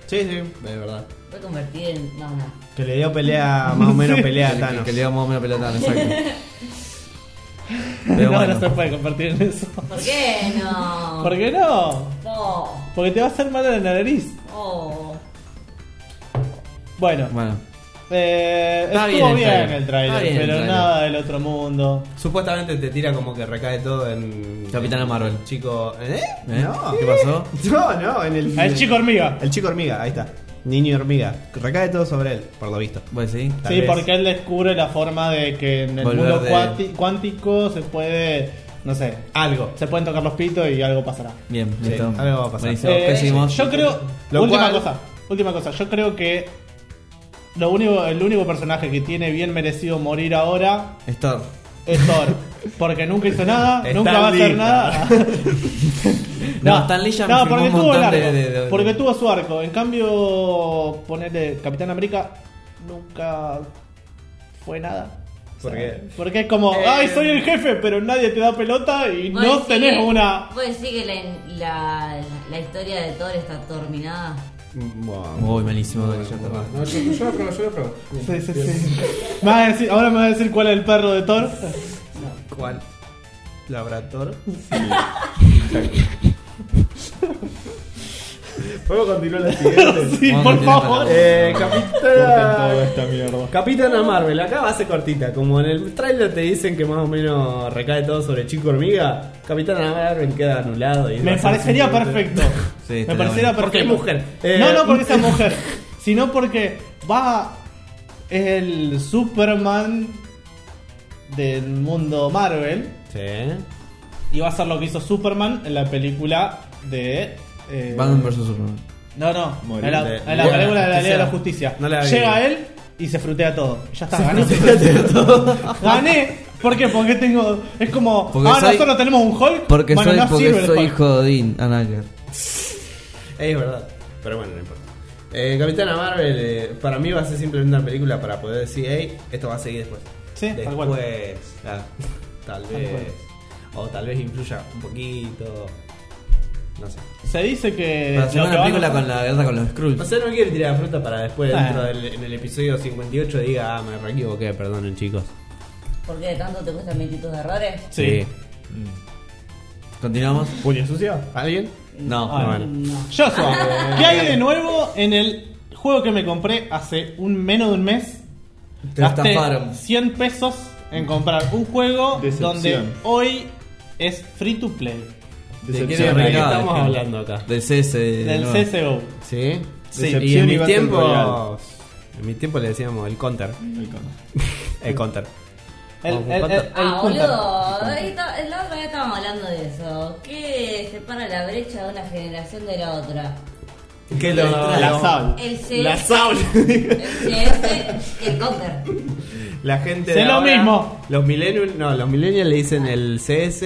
Sí, sí, de verdad.
Puede convertir en. No, no.
Que le dio pelea, más o menos pelea a
Que-
Thanos.
Que le damos una pelota a Thanos, exacto.
No,
Pero bueno.
no se puede convertir en eso.
¿Por qué no?
¿Por qué no?
No.
Porque te va a hacer mal a la nariz.
Oh.
Bueno,
Bueno.
eh,
Está bien
estuvo
el
bien,
trailer.
el
Está
trailer,
bien el
pero
trailer.
nada del otro mundo.
Supuestamente te tira como que recae todo en.
Capitana Marvel.
Chico. ¿Eh?
¿Eh?
No.
¿Qué pasó?
No, no, en el.
El chico hormiga.
El chico hormiga, ahí está. Niño hormiga. Recae todo sobre él, por lo visto.
Bueno, Pues sí.
tal
Sí,
vez.
porque él descubre la forma de que en el
Volver
mundo
de-
cuanti- cuántico se puede, no sé,
Algo.
se pueden tocar los pitos y algo pasará.
Bien,
Sí,
listo.
algo va a pasar.
Buenísimo,
Eh,
¿qué seguimos?
Yo creo.
Lo
última
cual-
cosa. Última cosa. Yo creo que. Lo único, el único personaje que tiene bien merecido morir ahora
Star.
es Thor. Porque nunca hizo nada,
Stan
nunca va a hacer
Lee.
nada.
No, Stan Lee ya me
no,
firmó
porque
un
tuvo
montón
largo,
de- de- de-
Porque tuvo su arco. En cambio, ponerle Capitán América nunca fue nada.
¿Por qué?
Porque es como,
Eh,
ay, soy el jefe, pero nadie te da pelota y
Vos
no
decís
tenés
que-
una.
Vos decís que la, la, la historia de Thor está terminada.
Bueno.
Uy, malísimo.
Bueno,
ya está.
bueno. No, yo, yo lo pruebo, yo lo pruebo.
Sí, sí, sí. Me vas a decir- ahora me vas a decir cuál es el perro de Thor.
¿Cuál? Labrador.
¿Puedo continuar la siguiente?
Sí,
Vamos,
por
este tiene
favor.
para-
Eh,
Corten toda
Capitana.
esta mierda.
Capitana Marvel, acá va a ser cortita. Como en el tráiler te dicen que más o menos recae todo sobre Chico Hormiga, Capitana Marvel queda anulado. Y va
Me
a ser
parecería
simplemente-
perfecto.
Sí,
me
estaría
parecería
bueno.
Porque
perfecto.
es mujer. Eh,
no, no porque sea mujer, sino porque va el Superman del mundo Marvel
Sí. Eh,
y va a hacer lo que hizo Superman en la película de. eh,
Batman vs Superman.
No, no,
Morir
en la,
de-
en la
Liga de
película de la
Justicia.
Liga de la Justicia.
No la vi.
Llega él y se frutea todo. Ya está, gané. Gané. ¿Por qué? Porque tengo. Es como.
Porque
ah,
soy-
nosotros tenemos un Hulk.
Porque
bueno,
soy,
no sirve
porque
el Eh,
soy
Hulk.
hijo de Odín, Anager.
Es verdad. Pero bueno, no importa. Eh, Capitana Marvel, eh, para mí va a ser simplemente una película para poder decir, hey, esto va a seguir después.
Sí,
después,
tal cual.
ah, tal
Tal
vez. O tal vez influya un poquito. No sé.
Se dice que.
Para hacer
lo que
una
van a-
película con la guerra con los
O
Skrulls.
sea, no quiero tirar fruta para después,
Bueno.
dentro del, en el episodio 58, diga, ah, me re equivoqué, perdonen, chicos.
¿Por qué de tanto te cuesta admitir tus errores?
Sí.
¿Continuamos?
¿Puño sucio?
¿Alguien?
No.
Ah,
bueno.
No.
Joshua, ¿qué hay de nuevo en el juego que me compré hace un menos de un mes?
Te
Gasté
estafaron.
100 pesos en comprar un juego
Decepción.
donde hoy es free to play.
¿De qué
Decepción.
era?
ahí.
Regalo,
estamos
gente.
hablando acá?
Del CS.
Del
nuevo. Oh,
CSGO.
¿Sí?
Sí.
Y en
Decepción y
mis
Battle
tiempos.
Royale.
En mis tiempos le decíamos el counter.
El cono.
El counter.
El, el,
Vamos,
el,
¿cuánto?
el
Ah,
Counter.
boludo, ahí está- el otro día estábamos hablando de eso. ¿Qué separa la brecha de una generación de la otra?
Que lo,
La Saul.
El CS,
La Saul.
el CS y el counter.
La gente
Sé
de
lo
ahora,
mismo.
Los millennials, no, los millennials le dicen el CS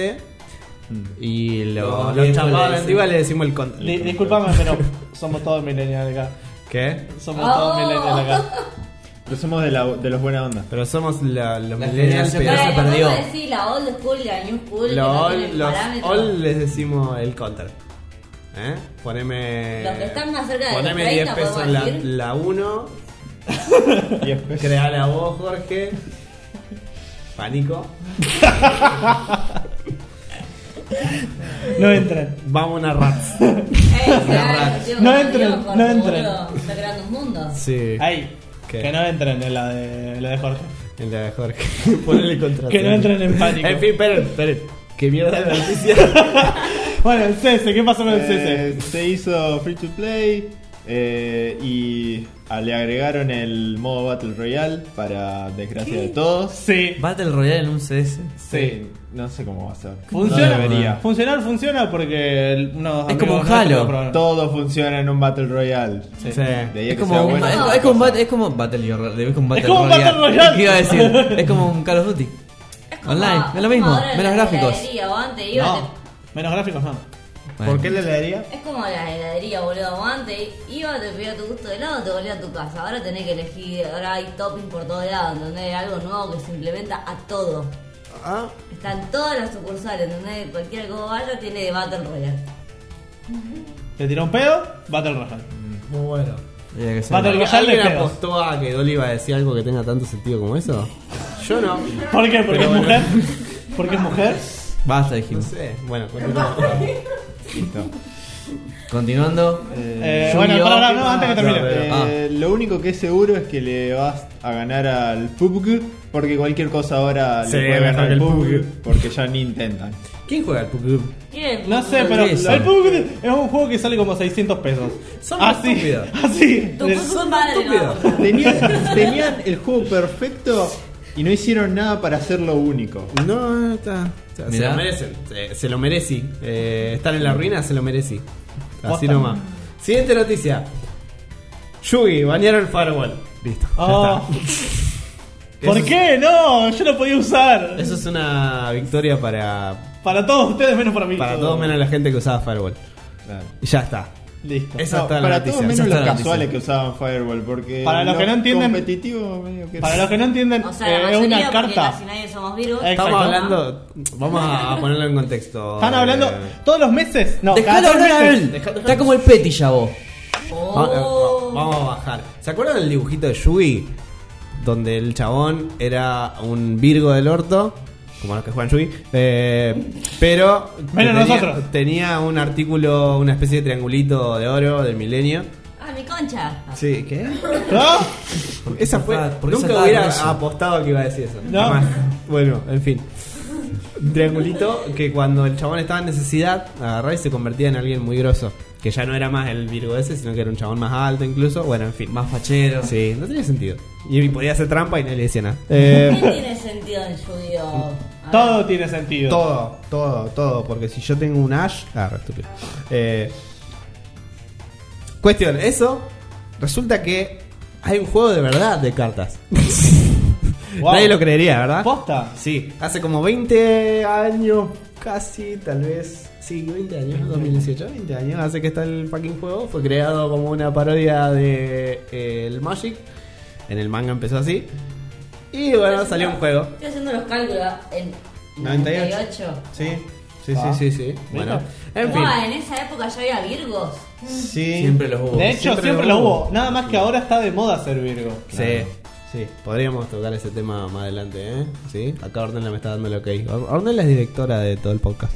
y
Los viejos
los, los
le
chamados de
dicen-
antigua le decimos el contra.
Di- disculpame, pero somos todos millennials acá.
¿Qué?
Somos
Oh.
todos millennials acá.
Pero somos de, la, de los buena onda.
Pero somos la- los
La
millennials,
generación
pero
que
Bueno,
se perdió.
vamos a decir la old school y la new school. que
los
no
all,
tienen
los
parámetros.
all les decimos el counter. ¿Eh? Poneme.
Los que están más cerca de los
Poneme
30,
10 pesos
podemos
la,
decir.
la 1.
Y después-
Creala vos, Jorge. Pánico.
No entran.
Vamos a rats.
Eh,
No entren, no entren.
Está creando un mundo.
Sí.
Ahí.
¿Qué?
Que no entren en la de, la de Jorge.
El de Jorge. Ponele contra.
Que no entren en pánico.
En fin, esperen, esperen. Qué mierda de noticia.
Bueno, el CS, ¿qué pasó con el
Eh,
CS?
se hizo free to play eh, y ah, le agregaron el modo Battle Royale para desgracia de todos.
Sí.
Battle Royale en un CS.
Sí, no sé cómo va a ser.
Funciona.
No debería.
Funcionar funciona porque el- unos
Es
amigos
como un
nuestros
Halo.
lo probaron.
Todo funciona en un Battle Royale.
Sí.
De ahí a
Es
que sea
como, un, Ah.
bueno.
es, es como un bat- es como un Battle Royale. Es como un Battle,
como un Battle Royale.
¿Qué iba a decir? Es como un Call of Duty.
Es como-
Online, es lo
como
mismo,
Ah, ahora en
menos
la
gráficos.
heladería, vos antes ibas,
No, menos gráficos no.
Bueno.
¿Por qué le daría?
te- Es como la heladería, boludo. vos Antes ibas, te pedía tu gusto de helado, te volvías a tu casa. Ahora tenés que elegir, ahora hay topping por todo lado, ¿entendés? Algo nuevo que se implementa a todo.
Ah,
Están todas las sucursales, ¿entendés? Cualquier que vos vaya tiene de Battle Royale.
Te tiró un pedo, Battle Royale.
muy bueno.
Había que ser-
Battle Royale
¿Alguien
de pedos.
apostó a que Dolly iba a decir algo que tenga tanto sentido como eso? Yo no.
¿Por qué? ¿Porque es mujer? ¿Porque es mujer?
Basta,
No
dijimos.
sé. Bueno, continúa.
Listo.
Continuando.
Eh,
Yu-Gi-Oh.
bueno, pará, pará, no, antes que termine.
No, pero,
Ah.
eh, Lo único que es seguro es que le vas a ganar al PUBG porque cualquier cosa ahora
Sí,
le puede
mejor
ganar
que
al
el
PUBG,
PUBG.
porque ya ni intentan.
¿Quién juega al Pucu?
¿Quién?
No sé, pero
Eso.
el PUBG es un juego que sale como 600 pesos.
Son
así,
estúpidos.
así.
Tu puto padre lo va a comprar.
Tenían, tenían el juego perfecto y no hicieron nada para hacerlo único.
No, no está. O sea, se
Mirá.
lo merecen. Se, se lo merece. Eh, estar en la ruina se lo merece. Así
Posta.
nomás. Siguiente noticia. Yugi, banearon el firewall. Listo. ya
Oh.
está.
¿Por
Eso es-
qué? No, yo lo podía usar.
Eso es una victoria para,
Para todos ustedes menos para mí.
para todos menos la gente que usaba firewall.
Claro.
Y ya está.
Listo.
Esa
No,
está la
para
noticia,
todos
esa
menos
está
los
la noticia.
casuales que usaban Firewall, porque
Para los que no entienden-
competitivo medio que
Para los que no entienden,
O sea, la
eh, es una
mayoría, porque
carta.
casi nadie somos virus.
Eh,
Estamos
Exacto.
hablando. Vamos a ponerlo en contexto.
Están hablando
Eh,
todos los meses. No,
Dejalo
cada tres
hablar a
meses.
él. Está como el Petty ya vos.
va- eh,
Oh.
va- Vamos a bajar. ¿Se acuerdan del dibujito de Yugi? Donde el chabón era un Virgo del orto. Como los que juegan Yugi. eh, pero.
Menos
tenía,
nosotros.
Tenía un artículo, una especie de triangulito de oro del milenio.
Ah, mi concha.
Sí, ¿qué?
¿No?
Esa fue.
saltaba- por qué
Nunca
saltaba
hubiera
con eso?
apostado que iba a decir eso.
No.
Jamás. Bueno, en fin. Un triangulito que cuando el chabón estaba en necesidad, agarraba y se convertía en alguien muy grosso. Que ya no era más el Virgo ese, sino que era un chabón más alto incluso. Bueno, en fin.
Más fachero.
Sí, no tenía sentido. Y podía hacer trampa y nadie le decía nada.
¿Qué
Eh,
tiene sentido en Yu-Gi-Oh? A ver.
Todo tiene sentido.
todo, todo, todo. Porque si yo tengo un Ash. Ah, re estúpido. Eh, cuestión, eso. Resulta que hay un juego de verdad de cartas.
Wow.
Nadie lo creería, ¿verdad?
Posta.
Sí, hace como 20 años, casi, tal vez. Sí, 20 años, 2018, 20 años. Hace que está el fucking juego. Fue creado como una parodia de eh, el Magic. En el manga empezó así. Y bueno, salió un juego.
Estoy haciendo los cálculos en
98.
98.
Sí,
Sí,
Ah.
sí, sí, sí. Bueno, en fin.
Buah, en esa época ya había virgos.
sí.
Siempre los hubo.
De hecho,
siempre
siempre,
lo
lo
hubo.
hubo. Nada más que ahora está de moda ser Virgo.
Sí, sí. Podríamos tocar ese tema más adelante, ¿eh? Sí. Acá Ornella me está dando el ok. Or- Ornella es directora de todo el podcast.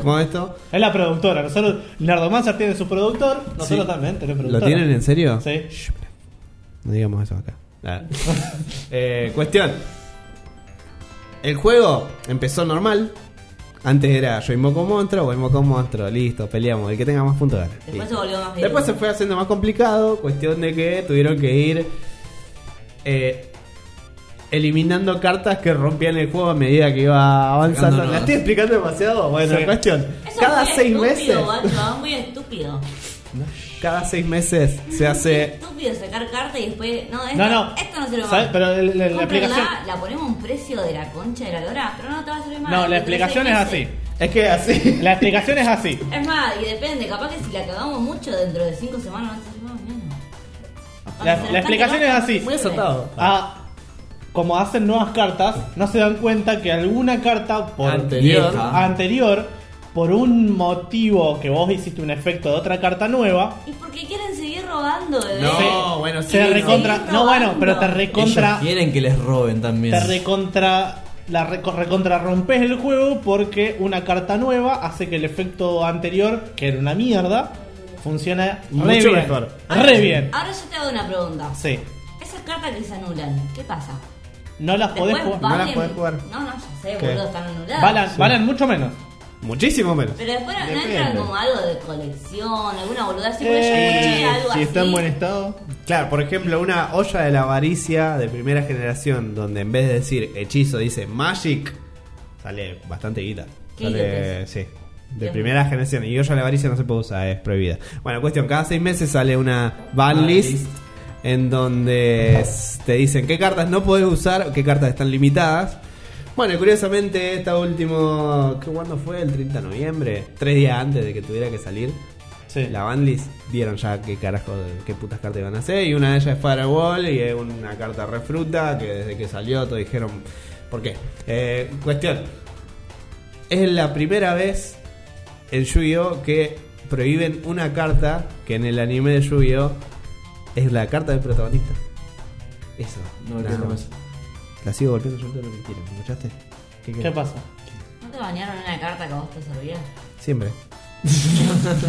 ¿Cómo esto?
Es la productora. Nosotros, Nerdomancer tiene su productor. Nosotros
Sí.
también tenemos
¿Lo
productor.
tienen en serio?
Sí.
No digamos eso acá. Eh, cuestión. El juego empezó normal. Antes era yo invoco un monstruo, vos invoco un monstruo, listo, peleamos, el que tenga más puntos gana.
Después
Listo.
se volvió más virgo.
Después se fue haciendo más complicado, cuestión de que tuvieron que ir eh, eliminando cartas que rompían el juego a medida que iba avanzando.
Sacando
¿La
nuevas.
estoy explicando demasiado? Bueno,
Sí.
cuestión.
Eso
Cada
es muy
seis meses,
estúpido, guacho, es muy estúpido.
cada seis meses se
Es
hace...
estúpido sacar carta y después. No, esto
Eh. No, no.
esto no se lo
¿Sabes?
va
Pero el- el- la explicación.
la, la ponemos a un precio de la concha de la lora, pero no te va a salir mal.
No, la
Dentro de
explicación es
seis
así.
meses.
Es que así.
La explicación es así.
Es más, y depende, capaz que si la cagamos mucho dentro de cinco semanas no te sirve menos.
La-
Capaz que se
la
nos cante
explicación
más,
es así.
no
Muy
sirve.
Ah, como hacen nuevas cartas, no se dan cuenta que alguna carta por
Anterior.
vieja- anterior, por un motivo que vos hiciste un efecto de otra carta nueva,
¿Y por qué quieren seguir robando, bebé?
No, bueno, sí.
se
no.
recontra.
Seguís
No, bueno,
robando.
pero te recontra.
Ellos quieren que les roben también.
Te recontra la re- recontra rompes el juego porque una carta nueva hace que el efecto anterior, que era una mierda, funciona re
Mucho
bien.
mejor.
Re bien.
Ahora yo te hago una pregunta.
Sí.
Esas cartas que se anulan, ¿qué pasa?
No las podés
Después
jugar.
valen-
No las podés jugar.
No, no, ya sé,
¿Qué?
boludo, están anuladas.
Valen, valen mucho menos.
Muchísimo menos.
Pero después no
Depende.
entran como algo de colección, alguna boludez así, porque yo escuché
Eh,
algo
si
así.
está en buen estado,
Claro, por ejemplo, una olla de la avaricia de primera generación, donde en vez de decir hechizo dice magic, sale bastante guita.
¿Qué
Sale,
idiotes?
sí. De
Dios
primera generación. Y olla de la avaricia no se puede usar, es prohibida. Bueno, cuestión, cada seis meses sale una ban list en donde s- te dicen qué cartas no podés usar, qué cartas están limitadas. Bueno, y curiosamente, esta último. ¿qué- ¿Cuándo fue? El 30 de noviembre. Tres días antes de que tuviera que salir.
Sí.
La bandlist dieron ya qué carajo, qué putas cartas iban a hacer. Y una de ellas es Firewall y es una carta refruta que desde que salió todos dijeron. ¿Por qué? Eh, cuestión. Es la primera vez en Yu-Gi-Oh! que prohíben una carta que en el anime de Yu-Gi-Oh! es la carta del protagonista. Eso.
No,
nada
entiendo
más.
eso.
La sigo golpeando yo todo lo que quiero, ¿me escuchaste?
¿Qué pasa?
¿No te bañaron una carta que a vos te servía?
Siempre.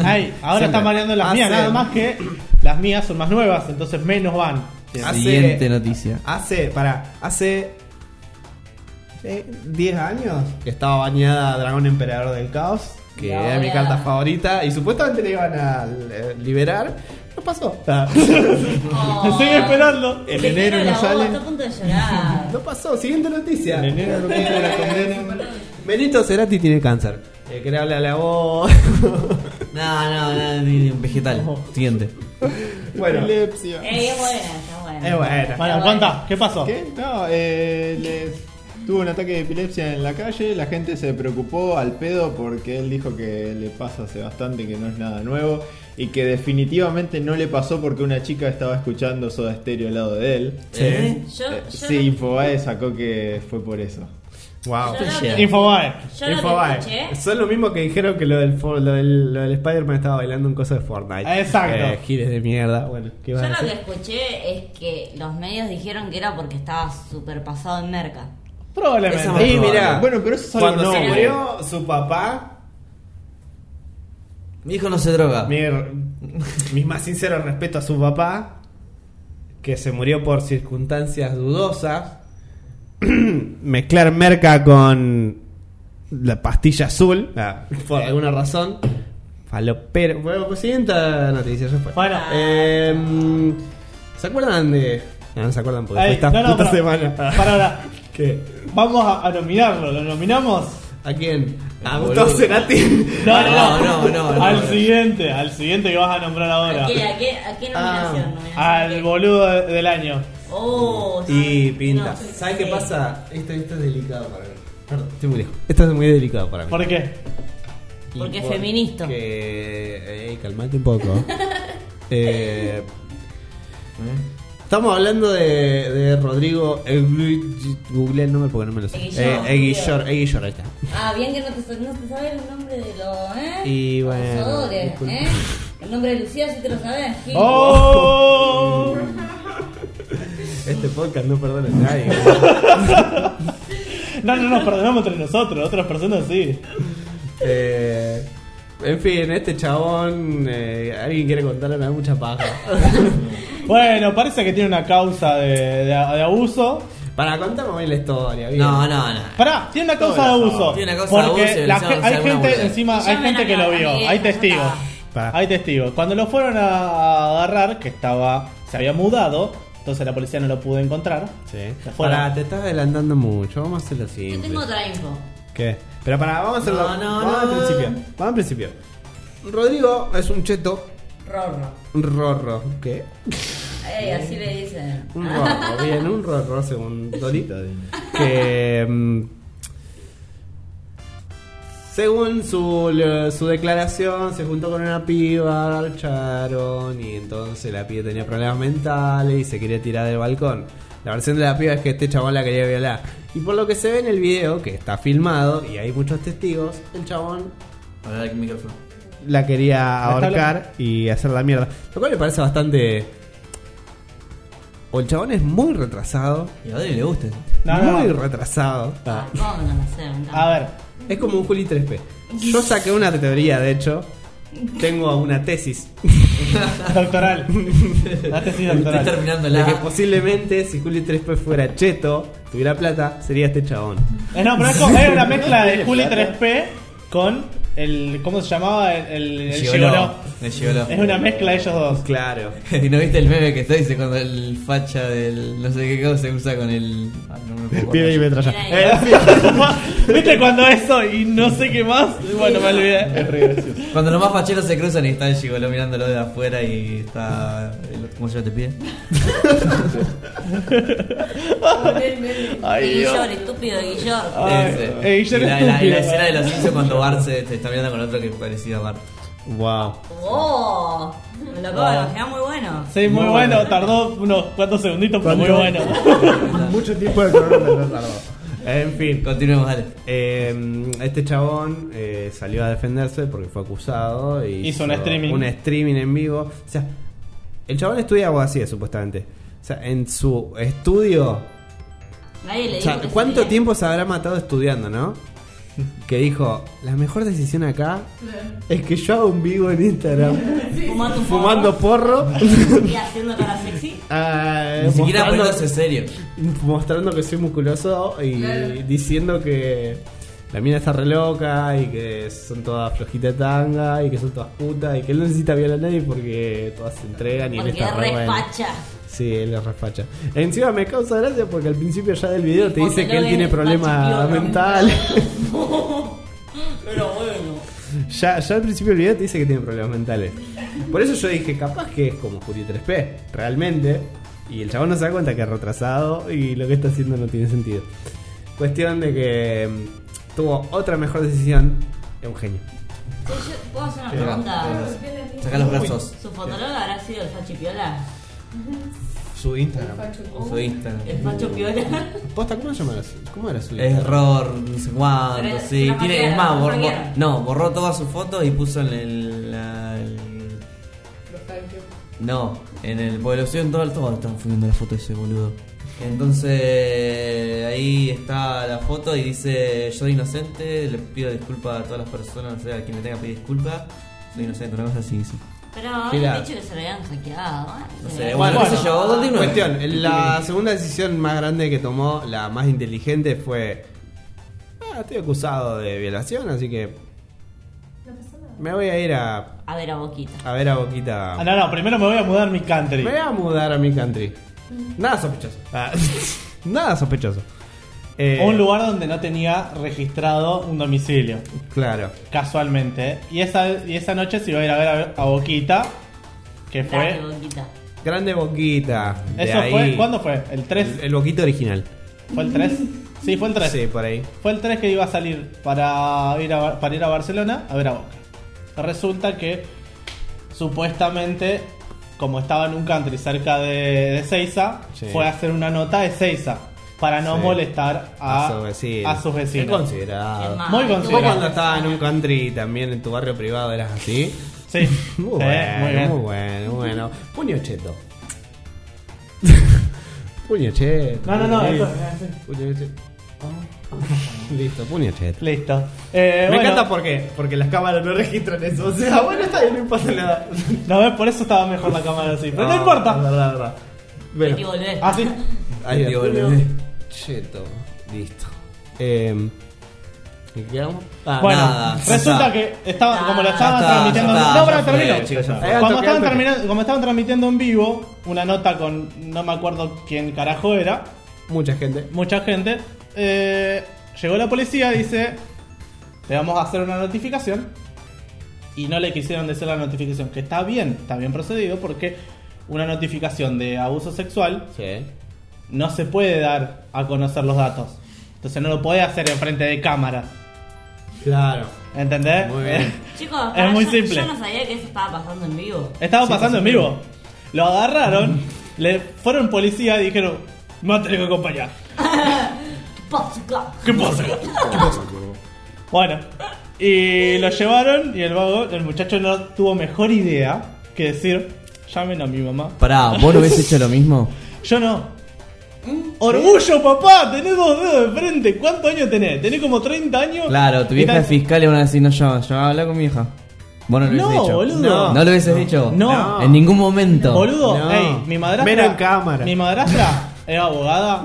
Ay, ahora
Siempre.
están variando las
Hace-
mías, nada más que las mías son más nuevas, entonces menos van.
Hace-
Siguiente noticia.
Hace, para, hace eh, 10 años que estaba bañada Dragón Emperador del Caos, que
Y
era mi
ahora-
carta favorita, y supuestamente le iban a eh, liberar. No pasó.
Oh,
Estoy esperando.
en
te
enero
quiero
no
la voz,
sale.
Estoy a punto de llorar.
no pasó. Siguiente noticia.
En enero no cumple la condena.
Benito Cerati tiene cáncer. Eh, que le habla a la voz.
No, no, no, ni- ni un vegetal. Siguiente.
bueno, es
Epilepsia.
Ey, Eh, es buena, está buena.
bueno.
Bueno, contá, ¿qué pasó?
¿Qué? No, eh, le- tuvo un ataque de epilepsia en la calle, la gente se preocupó al pedo porque él dijo que le pasa hace bastante, que no es nada nuevo y que definitivamente no le pasó porque una chica estaba escuchando Soda Stereo al lado de él.
¿Eh?
Yo,
Eh,
yo
sí, ah, Infobae sacó que fue por eso.
Wow.
Yo lo que-
Infobae.
Yo lo que
Infobae.
escuché.
Son lo mismo que dijeron que lo del, for- lo del, lo del Spider-Man estaba bailando un coso de Fortnite.
Exacto.
Eh, gires de mierda. Bueno, ¿qué
Yo
vas a
lo
decir?
que escuché es que los medios dijeron que era porque estaba super pasado en merca.
Esa
Probablemente.
más
Y mira,
probable.
Bueno, pero eso es algo
cuando se
nuevo.
murió su papá,
Mi hijo no se droga.
mi, mi más sincero respeto a su papá, que se murió por circunstancias dudosas, mezclar merca con la pastilla azul, ah, por alguna razón, falopero. Bueno, pues siguiente noticia, ya fue.
Bueno.
Em, ¿se acuerdan de...? No, no se acuerdan porque
Ey,
fue esta
no, no,
puta
para-
semana.
Para ahora.
¿Qué?
Vamos a, a nominarlo, ¿lo nominamos?
¿A quién? Ah, A
Boludo.
Gustavo Cerati.
No, no, no,
No, no, no,
Al
no.
siguiente, al siguiente que vas a nombrar ahora. Ah,
¿A qué, a qué, a qué nominación? ¿Nominación de
Al
qué?
boludo de- del año.
Oh,
Y
no,
pinta.
sí,
¿Sabes qué
sí.
pasa? Esto, esto es delicado para mí. Perdón, estoy muy lejos. Esto es muy delicado para mí.
¿Por qué?
Y
Porque es feminista.
Que. Ey, calmate un poco. Eh, Estamos hablando de, de Rodrigo. Egui- Google el nombre porque no me lo sé.
Eguillor.
Eh, Eguillor, Eguillor, ahí está.
Ah, bien que no te, sa- no te sabes el nombre de los, ¿eh?
Y bueno,
Abusadores,
disculpa.
¿eh? El nombre de Lucía sí te lo sabes. Gil.
¡Oh!
Este podcast no perdona a nadie.
No, no nos perdonamos entre nosotros, otras personas sí.
Eh, en fin, este chabón. eh, alguien quiere contarle, me da mucha paja.
Bueno, parece que tiene una causa de, de- de abuso.
Para contarme bien la historia, bien.
No, no, no.
Pará, tiene una causa de abuso.
Tiene una causa de
porque
abuso y
la
encima
gen- hay
usaron una
gente
bolsa.
encima, hay
Llamen
gente
a
que
la-
lo
a mi
vio,
vieja,
hay
ya
testigos.
está.
Pará.
Hay testigos. Cuando lo fueron a agarrar, que estaba se había mudado, entonces la policía no lo pudo encontrar.
Sí.
Se fueron.
Pará, te estás adelantando mucho. Vamos a hacerlo
Yo
simple.
tengo otra info.
¿Qué? Pero pará, vamos a hacerlo.
No, no,
vamos al
no.
principio. Vamos al principio. Rodrigo es un cheto.
Rorro.
Un rorro. ¿Qué?
Ey, así le dicen.
Un rorro. bien, un rorro según Dori. que. mm, según su, le- su declaración, se juntó con una piba, archaron y entonces la piba tenía problemas mentales y se quería tirar del balcón. La versión de la piba es que este chabón la quería violar. Y por lo que se ve en el video, que está filmado y hay muchos testigos, el chabón
Hablar al micrófono.
la quería
Hasta
ahorcar y hacer la mierda. Lo cual me parece bastante o el chabón es muy retrasado,
Y a Adri le gusta.
No, no,
muy
no.
retrasado.
Ah, ¿Cómo no lo sé? Me encanta.
A ver,
Es como un Juli 3P. Yo saqué una teoría, de hecho. Tengo una tesis.
doctoral. La tesis
Estoy
doctoral.
terminando
La que
la.
posiblemente, si Juli 3P fuera cheto, tuviera plata, sería este chabón.
Eh, no, pero es, como- es una mezcla de Juli 3P con el. ¿Cómo se llamaba? El, el, el
Gigoló.
gigoló.
El gigoló.
Es una mezcla de ellos dos.
Claro.
¿Y no viste el meme que está? Dice cuando el facha del no sé qué cosa se usa con el. Ah, no me puedo
Pibe y
acordar.
metralla.
Mira,
Eh, ¿Viste cuando eso y no sé qué más? Bueno, me olvidé.
Es re gracioso.
Cuando los más facheros se cruzan y está el gigoló mirándolo de afuera y está. el- ¿Cómo se llama este pide?
Con el meme.
Ay, Dios.
Guillor, estúpido Guillor.
Ay, eh, Guillermo
la, la-
estúpido.
la escena de los Simpsons cuando Bart se, se está mirando con otro que parecía a Bart.
Wow.
¡Oh! Me lo
Ah.
acabo de imaginar muy bueno.
Sí, muy bueno. Tardó unos cuantos segunditos, pero muy bueno.
Mucho tiempo de corona
En fin.
Continuemos, dale.
Eh, este chabón eh, salió a defenderse porque fue acusado. Y
Hizo un streaming.
Un streaming en vivo. O sea, el chabón estudia abogacía, supuestamente. O sea, en su estudio.
Nadie le
O
dijo.
sea,
que se
¿cuánto
veía.
tiempo se habrá matado estudiando, no? Que dijo, la mejor decisión acá es que yo hago un vivo en Instagram
Fumando un
fumando porro.
porro y haciendo cara sexy.
ah,
Ni siquiera
mostrando-
poniéndose serio.
mostrando que soy musculoso y
Claro.
diciendo que la mina está re loca y que son todas flojitas de tanga y que son todas putas y que él no necesita violar a nadie porque todas se entregan y él
Porque
está
es
re bueno.
respacha.
Sí, él es respacha. Encima me causa gracia porque al principio ya del video te
Porque
dice que
lo
él
ves
tiene problemas
pachipiorro.
mentales.
Pero bueno.
ya, ya al principio del video te dice que tiene problemas mentales. Por eso yo dije, capaz que es como Juli 3P, realmente. Y el chabón no se da cuenta que es retrasado y lo que está haciendo no tiene sentido. Cuestión de que mm, tuvo otra mejor decisión, es un genio.
Che, yo- ¿Puedo hacer una
Te
pregunta?
vas, Saca los brazos.
¿Su fotólogo habrá sido el Fachi Piola?
Su Instagram. Su
¿El
Instagram.
Facho Piola?
Posta, ¿cómo llamas? ¿Cómo era su
Error, no sé cuándo,
Pero
sí.
la
Tiene,
hackearon,
es más,
la
borró,
hackearon.
no, borró todas sus fotos y puso en el. la- el- no, en el. Porque lo subieron todo el todo. Están subiendo la foto de ese boludo. Entonces, ahí está la foto y dice: Yo soy inocente, le pido disculpas a todas las personas, o sea, a quien le tenga que pedir disculpas. Soy inocente, una cosa así dice.
Pero habían
Mira.
dicho que se lo habían hackeado. ¿eh?
No
Se
sé,
le-
bueno, qué sé yo, ¿dónde uno?
Cuestión, la segunda decisión más grande que tomó, la más inteligente, fue... "Ah, estoy acusado de violación, así que me voy a ir a,
A ver, a Boquita.
a ver a Boquita.
Ah, no, no, primero me voy a mudar mi country.
Me voy a mudar a mi country.
Mm.
Nada sospechoso. Ah, Nada sospechoso. Eh,
Un lugar donde no tenía registrado un domicilio.
Claro.
Casualmente. ¿eh? Y esa, y esa noche se iba a ir a ver a, a Boquita. Que
Dale,
fue.
Boquita.
Grande Boquita. de
¿Eso
ahí.
fue? ¿Cuándo fue? ¿El 3?
El, el Boquita original.
¿Fue el 3? Sí, fue el 3.
Sí, por ahí.
Fue el 3 que iba a salir para ir a, Bar- para ir a Barcelona a ver a Boca. Resulta que supuestamente, como estaba en un country cerca de, de Seiza,
Sí.
fue a hacer una nota de Seiza para no
Sí.
molestar a,
a sus vecinos.
a sus
Es
vecinos.
Ah,
considerado.
Es más,
Muy
estuvo
Vos
considerado.
cuando estabas en un country también en tu barrio privado eras así.
Sí,
Muy
Sí,
bueno,
muy bien.
muy bueno, muy bueno. Puño cheto. puño cheto.
No, no, no,
Sí.
eso-
Puño cheto. Ah. Listo, puño cheto.
Listo. Eh,
Me
bueno,
encanta porque, porque las cámaras no registran eso. O sea, bueno, está bien, no importa nada.
No ves, por eso estaba mejor la cámara así. Pero no, importa.
La Ah, verdad, la verdad.
Y
Bueno,
volvés.
Así.
ahí
Digo,
va.
boludo.
Cheto. Listo. Eh, ¿Qué quedamos? Ah,
Bueno,
nada, ya
resulta
está.
que estaban, como lo
Ya
estaban
está,
transmitiendo.
ya está,
no, pero
ya fue,
termino.
chicos, ya
fue.
Cuando
Ahí
estaban,
toqué,
terminando, como estaban transmitiendo en vivo, una nota con no me acuerdo quién carajo era,
mucha gente.
mucha gente, eh, llegó la policía y dice: Te vamos a hacer una notificación. Y no le quisieron decir la notificación, que está bien, está bien procedido, porque una notificación de abuso sexual
Sí.
no se puede dar a conocer los datos. Entonces no lo puede hacer enfrente de cámara.
Claro.
¿Entendés?
Muy bien.
Chicos, pará,
muy
yo-
simple. Eh.
Yo no sabía que eso estaba pasando en vivo.
Estaba pasando en vivo. Lo agarraron, le fueron policía y dijeron, me va a tener que acompañar.
¿Qué pasa acá?
¿Qué pasa? Bueno, y lo llevaron y el vago, el muchacho no tuvo mejor idea que decir, llamen a mi mamá.
Pará, ¿vos no hubiese hecho lo mismo?
Yo no.
Mm,
Orgullo, papá, tenés dos dedos de frente. ¿Cuántos años tenés? Tenés como 30 años.
Claro, tu
Y
vieja
tan-
es fiscal y van a decir, no llamas, yo habla con mi hija. Vos no lo
No,
hubieses dicho. No,
boludo.
lo hubieses dicho.
No.
En ningún momento.
Boludo,
No.
ey, mi madrastra.
Ven en cámara.
Mi madrastra era abogada.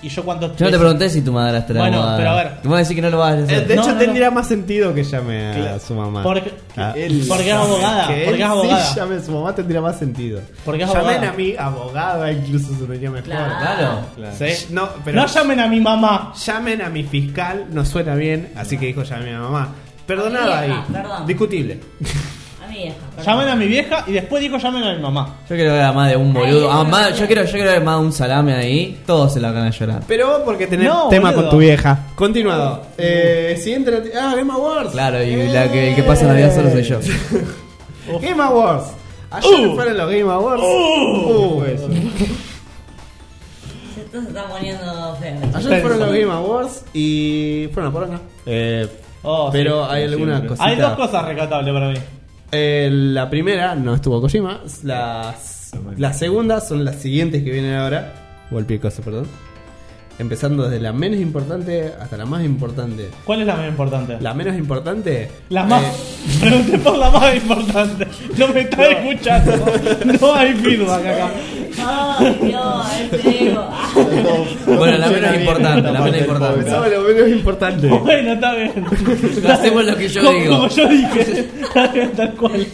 Y yo cuántos
Yo no te
pesos-
pregunté si tu madrastra era
Bueno,
abogada.
pero a ver.
Tú me vas a decir que no lo vas a
Eh,
hacer.
De
No,
hecho,
no,
tendría más sentido que llame a
Claro.
su mamá.
Porque,
Ah.
él-
porque es abogada.
que
Porque
él
es abogada.
sí llame a su mamá tendría más sentido.
Porque es
Llamen
abogada.
a mí abogada, incluso sonaría mejor.
Claro.
Claro.
Claro.
Sí.
No, pero-
No llamen a mi mamá.
Llamen a mi fiscal, no suena bien, así que dijo llame a mi mamá. Perdonada
A mi vieja,
ahí,
perdón.
discutible.
A mi vieja.
Llamen a mi vieja y después dijo llamen a mi mamá.
Yo quiero ver a más de un boludo.
Ay,
a más-
boludo.
yo quiero, yo quiero ver más de un salame ahí. Todos se la van a llorar.
Pero vos porque tenés
No,
tema
boludo.
con tu vieja. Continuado. Eh, siguiente noti- Ah, Game Awards.
Claro, y la que, el que pasa Navidad solo soy yo.
Game Awards. Ayer fueron los Game Awards. Uh,
Esto se está poniendo feo.
Ayer fueron los Game Awards y fueron a poronga. Eh,
Oh,
pero
sí,
hay
como
algunas
siempre.
cositas.
Hay dos cosas rescatables para mí.
Eh, la primera no estuvo Kojima. Las, las segundas son las siguientes que vienen ahora. Golpe cosa, perdón. Empezando desde la menos importante hasta la más importante.
¿Cuál es la más importante?
La menos importante.
La
eh,
más. Pregunté por la más importante. No me está escuchando. No hay feedback acá. ¿Ah,
Ay, Dios, este ego. Ah,
Bueno, la menos
Funciona bien
importante,
esta
la
parte
menos
del
importante.
podcast.
Empezamos lo menos importante.
Bueno, está bien.
Lo hacemos lo que yo
como,
digo.
Como yo dije. Está bien, tal cual.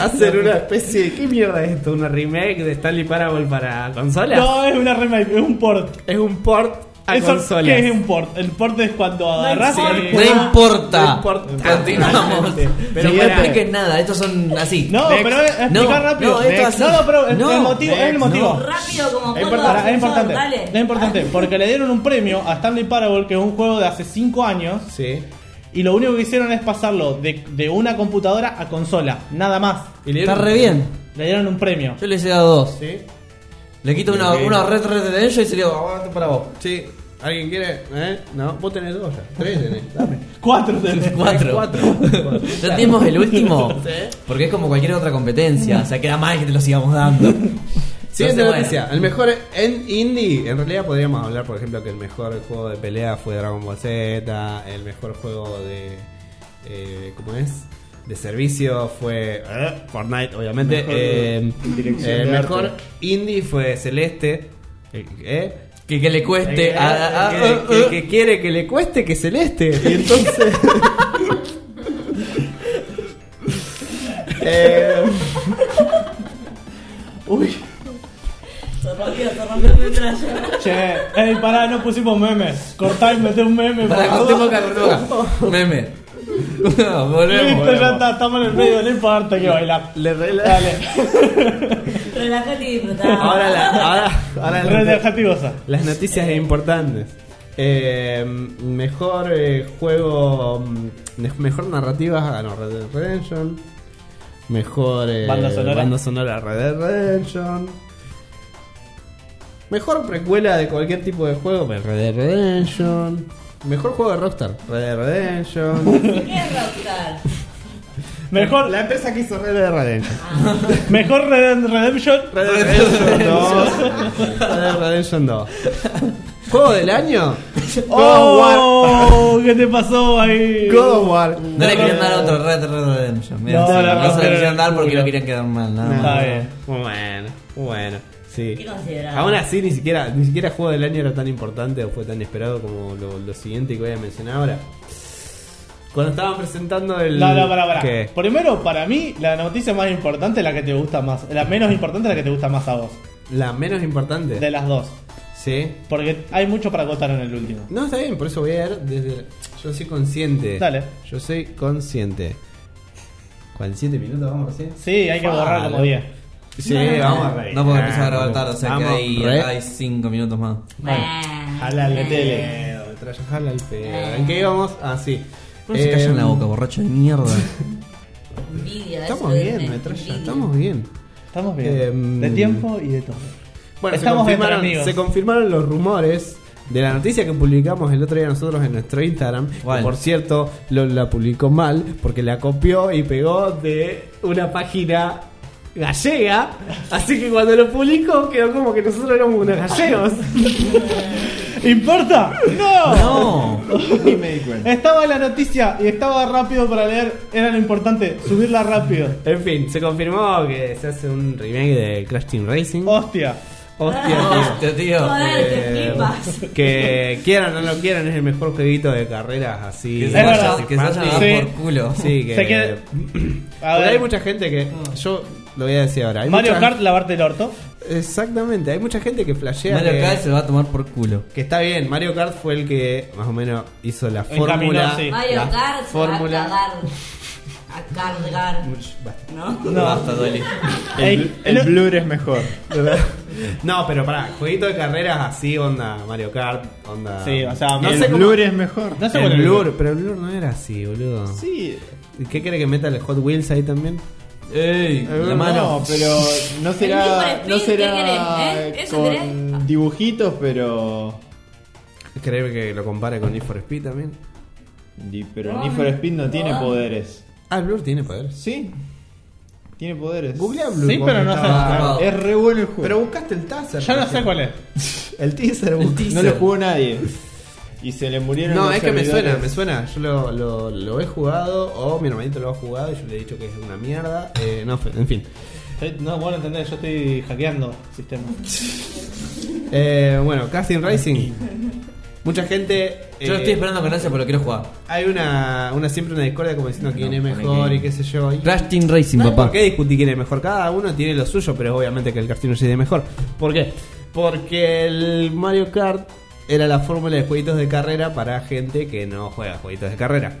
Hacen una especie de. ¿Qué mierda es esto? ¿Una remake de Stanley Parable para consolas?
No, es una remake, es un port.
Es un port a
Eso,
consolas.
¿Qué es un port? El port es cuando agarras
Sí,
y-
No importa.
importa.
Continuamos.
Pero
Pero no
pará.
expliquen nada, estos son así.
No,
Next.
pero es- explicar
No,
rápido.
no, esto
Next.
así.
no, no, pero es
No.
el motivo, es el
Next,
motivo.
Rápido como
Es
Pablo
importante, es
Ascensor,
importante,
dale.
es importante, porque le dieron un premio a Stanley Parable, que es un juego de hace 5 años,
Sí.
y lo único que hicieron es pasarlo de, de una computadora a consola, nada más.
Y le
Está
dieron-
re bien.
Le dieron un premio.
Yo les he dado dos.
Sí.
Le quito una, una red red de ellos y se le digo, aguanta para vos.
Sí. ¿Alguien quiere? ¿Eh? No, vos tenés dos ya. Tres tenés. Dame.
Cuatro tenés.
Cuatro.
Cuatro.
Ya tenemos el último. Porque es como cualquier otra competencia. O sea, queda mal que te lo sigamos dando.
Siguiente
Entonces, bueno.
noticia. El mejor en indie. En realidad podríamos hablar, por ejemplo, que el mejor juego de pelea fue Dragon Ball Z. El mejor juego de. eh, ¿Cómo es? De servicio fue eh, Fortnite, obviamente.
Mejor
Eh,
dirección
el
de
mejor
arte.
indie fue Celeste. Eh, ¿Eh?
Que, que le cueste.
Eh,
a- a- a-
que, que- que quiere que le cueste que Celeste. Y entonces. Eh,
Se rompió, se rompió el metralla.
Che, ey, pará, no pusimos memes. Cortá y meté un meme. por
Para,
favor.
cortemos acá, cortemos acá. Meme. No, volvemos.
Listo, ya
volvemos.
está, estamos en el medio, no importa que bailar.
le rela-
Relájate y disfrutá.
Ahora, la, ahora, ahora la-
Relajate y goza.
las noticias importantes. Eh, mejor eh, juego. mm, ne- Mejor narrativa ganó Red Dead Redemption. Mejor eh,
Banda sonora.
banda sonora Red Dead Redemption. Mejor precuela de cualquier tipo de juego pues, Red Dead Redemption. Mejor juego de Rockstar Red Dead Redemption.
¿Qué es Rockstar?
Mejor,
La empresa que hizo Red Dead Redemption.
mejor Red Dead Redemption.
Red Dead Redemption 2. Red Dead Redemption 2. ¿Juego del año?
¡Oh! ¿Qué te pasó ahí?
God of War.
No le querían dar otro Red Red Redemption. Mira,
No,
sí,
no,
no,
no,
se
pero-
le querían dar porque lo querían quedar mal. Nada más.
Está bien.
Ah, Bueno, bueno. Sí.
¿Qué considerás?
Aún así, ni siquiera, ni siquiera juego del año era tan importante o fue tan esperado como lo, lo siguiente que voy a mencionar ahora. Cuando estaban presentando el.
No, no, pará, pará.
¿Qué?
Primero, para mí, la noticia más importante es la que te gusta más. La menos importante es la que te gusta más a vos.
La menos importante.
De las dos.
Sí.
Porque hay mucho para contar en el último.
No, está bien, por eso voy a ver desde. Yo soy consciente.
Dale.
Yo soy consciente. 47 minutos vamos recién.
Sí, hay que borrar como 10.
Sí,
No,
vamos a reír.
No, porque empezar a grabar tarde, o sea que
Vamos,
ahí
re-
acá hay 5 minutos más.
Eh, Bueno. Eh,
Jalale, tele.
Pedo, Eh, me trae- jala el pedo. ¿En qué íbamos? Ah, sí.
No se callan la boca, borracho de mierda.
Envidia, eso
Estamos
es
bien,
de-
metralla,
envidia.
estamos bien.
Estamos
Em,
bien. De tiempo y de todo.
Bueno,
Estamos
se,
entre
confirmaron,
amigos.
se confirmaron los rumores de la noticia que publicamos el otro día nosotros en nuestro Instagram. que,
¿Cuál?
por cierto, lo- la publicó mal porque la copió y pegó de una página gallega, así que cuando lo publicó quedó como que nosotros éramos unos gallegos.
¿Importa? ¡No!
No.
Y me di cuenta.
Estaba la noticia y estaba rápido para leer. Era lo importante, subirla rápido.
En fin, se confirmó que se hace un remake de Crash Team Racing.
Oh.
Hostia.
Hostia,
Hostia, tío.
Ah, Joder,
eh,
te flipas.
que quieran o no quieran, es el mejor jueguito de carreras así.
Que
Es
se vaya,
verdad.
que se vaya a dar
Sí.
por culo.
Sí, que,
Se queda- A
Porque
ver.
hay mucha gente que. Yo lo voy a decir ahora. hay
Mario
mucha-
Kart, lavarte el orto.
Exactamente, hay mucha gente que flashea.
Mario
que,
Kart se va a tomar por culo.
que está bien, Mario Kart fue el que más o menos hizo la
Encaminó,
fórmula.
sí.
Mario
la
Kart se va a
Fórmula.
cagar. A cargar.
Basta.
¿No?
No.
Basta, Dolly.
El,
Ey,
el
no-
blur es mejor.
No, pero pará, jueguito de carreras así, onda Mario Kart, onda.
Sí, o sea,
no
el
sé cómo.
blur es mejor.
No sé
El
cuál es el
Blur, pero el Blur no era así, boludo.
Sí.
¿Y ¿Qué quiere que meta el Hot Wheels ahí también?
Ey,
Eh,
la
No,
mano.
pero no será.
Need for
No
Speed, ¿qué
será.
querés, eh? ¿Eso
Con
querés?
dibujitos, pero.
¿Querés que lo compare con Need for Speed también?
di- Pero Need for Speed no tiene poderes.
Ah, el Blur tiene poderes.
Sí. Tiene poderes.
Googlea Blur.
Sí,
vos
pero
que
no sé.
estabas-
Ah,
Es re bueno el juego.
Pero buscaste el taser.
Ya no sé cuál es.
El teaser,
El
buscaste.
no lo jugó nadie. Y se le murieron
No,
los
es que me
servidores.
suena, me suena. Yo lo, lo- lo he jugado, o mi hermanito lo ha jugado y yo le he dicho que es una mierda. Eh, no, en fin.
Eh, No, vos no entendés, yo estoy hackeando el sistema.
Eh, bueno, Casting Racing. Mucha gente.
Yo lo
eh,
estoy esperando con ansia, pero quiero jugar.
Hay una, una siempre una discordia como diciendo quién
No,
es
pone
mejor
que-
y qué sé yo. Y-
Crash Team Racing,
¿Sabes
papá.
¿Por qué discutir quién es mejor? Cada uno tiene lo suyo, pero obviamente que el Casting Racing es mejor. ¿Por qué? Porque el Mario Kart era la fórmula de jueguitos de carrera para gente que no juega jueguitos de carrera.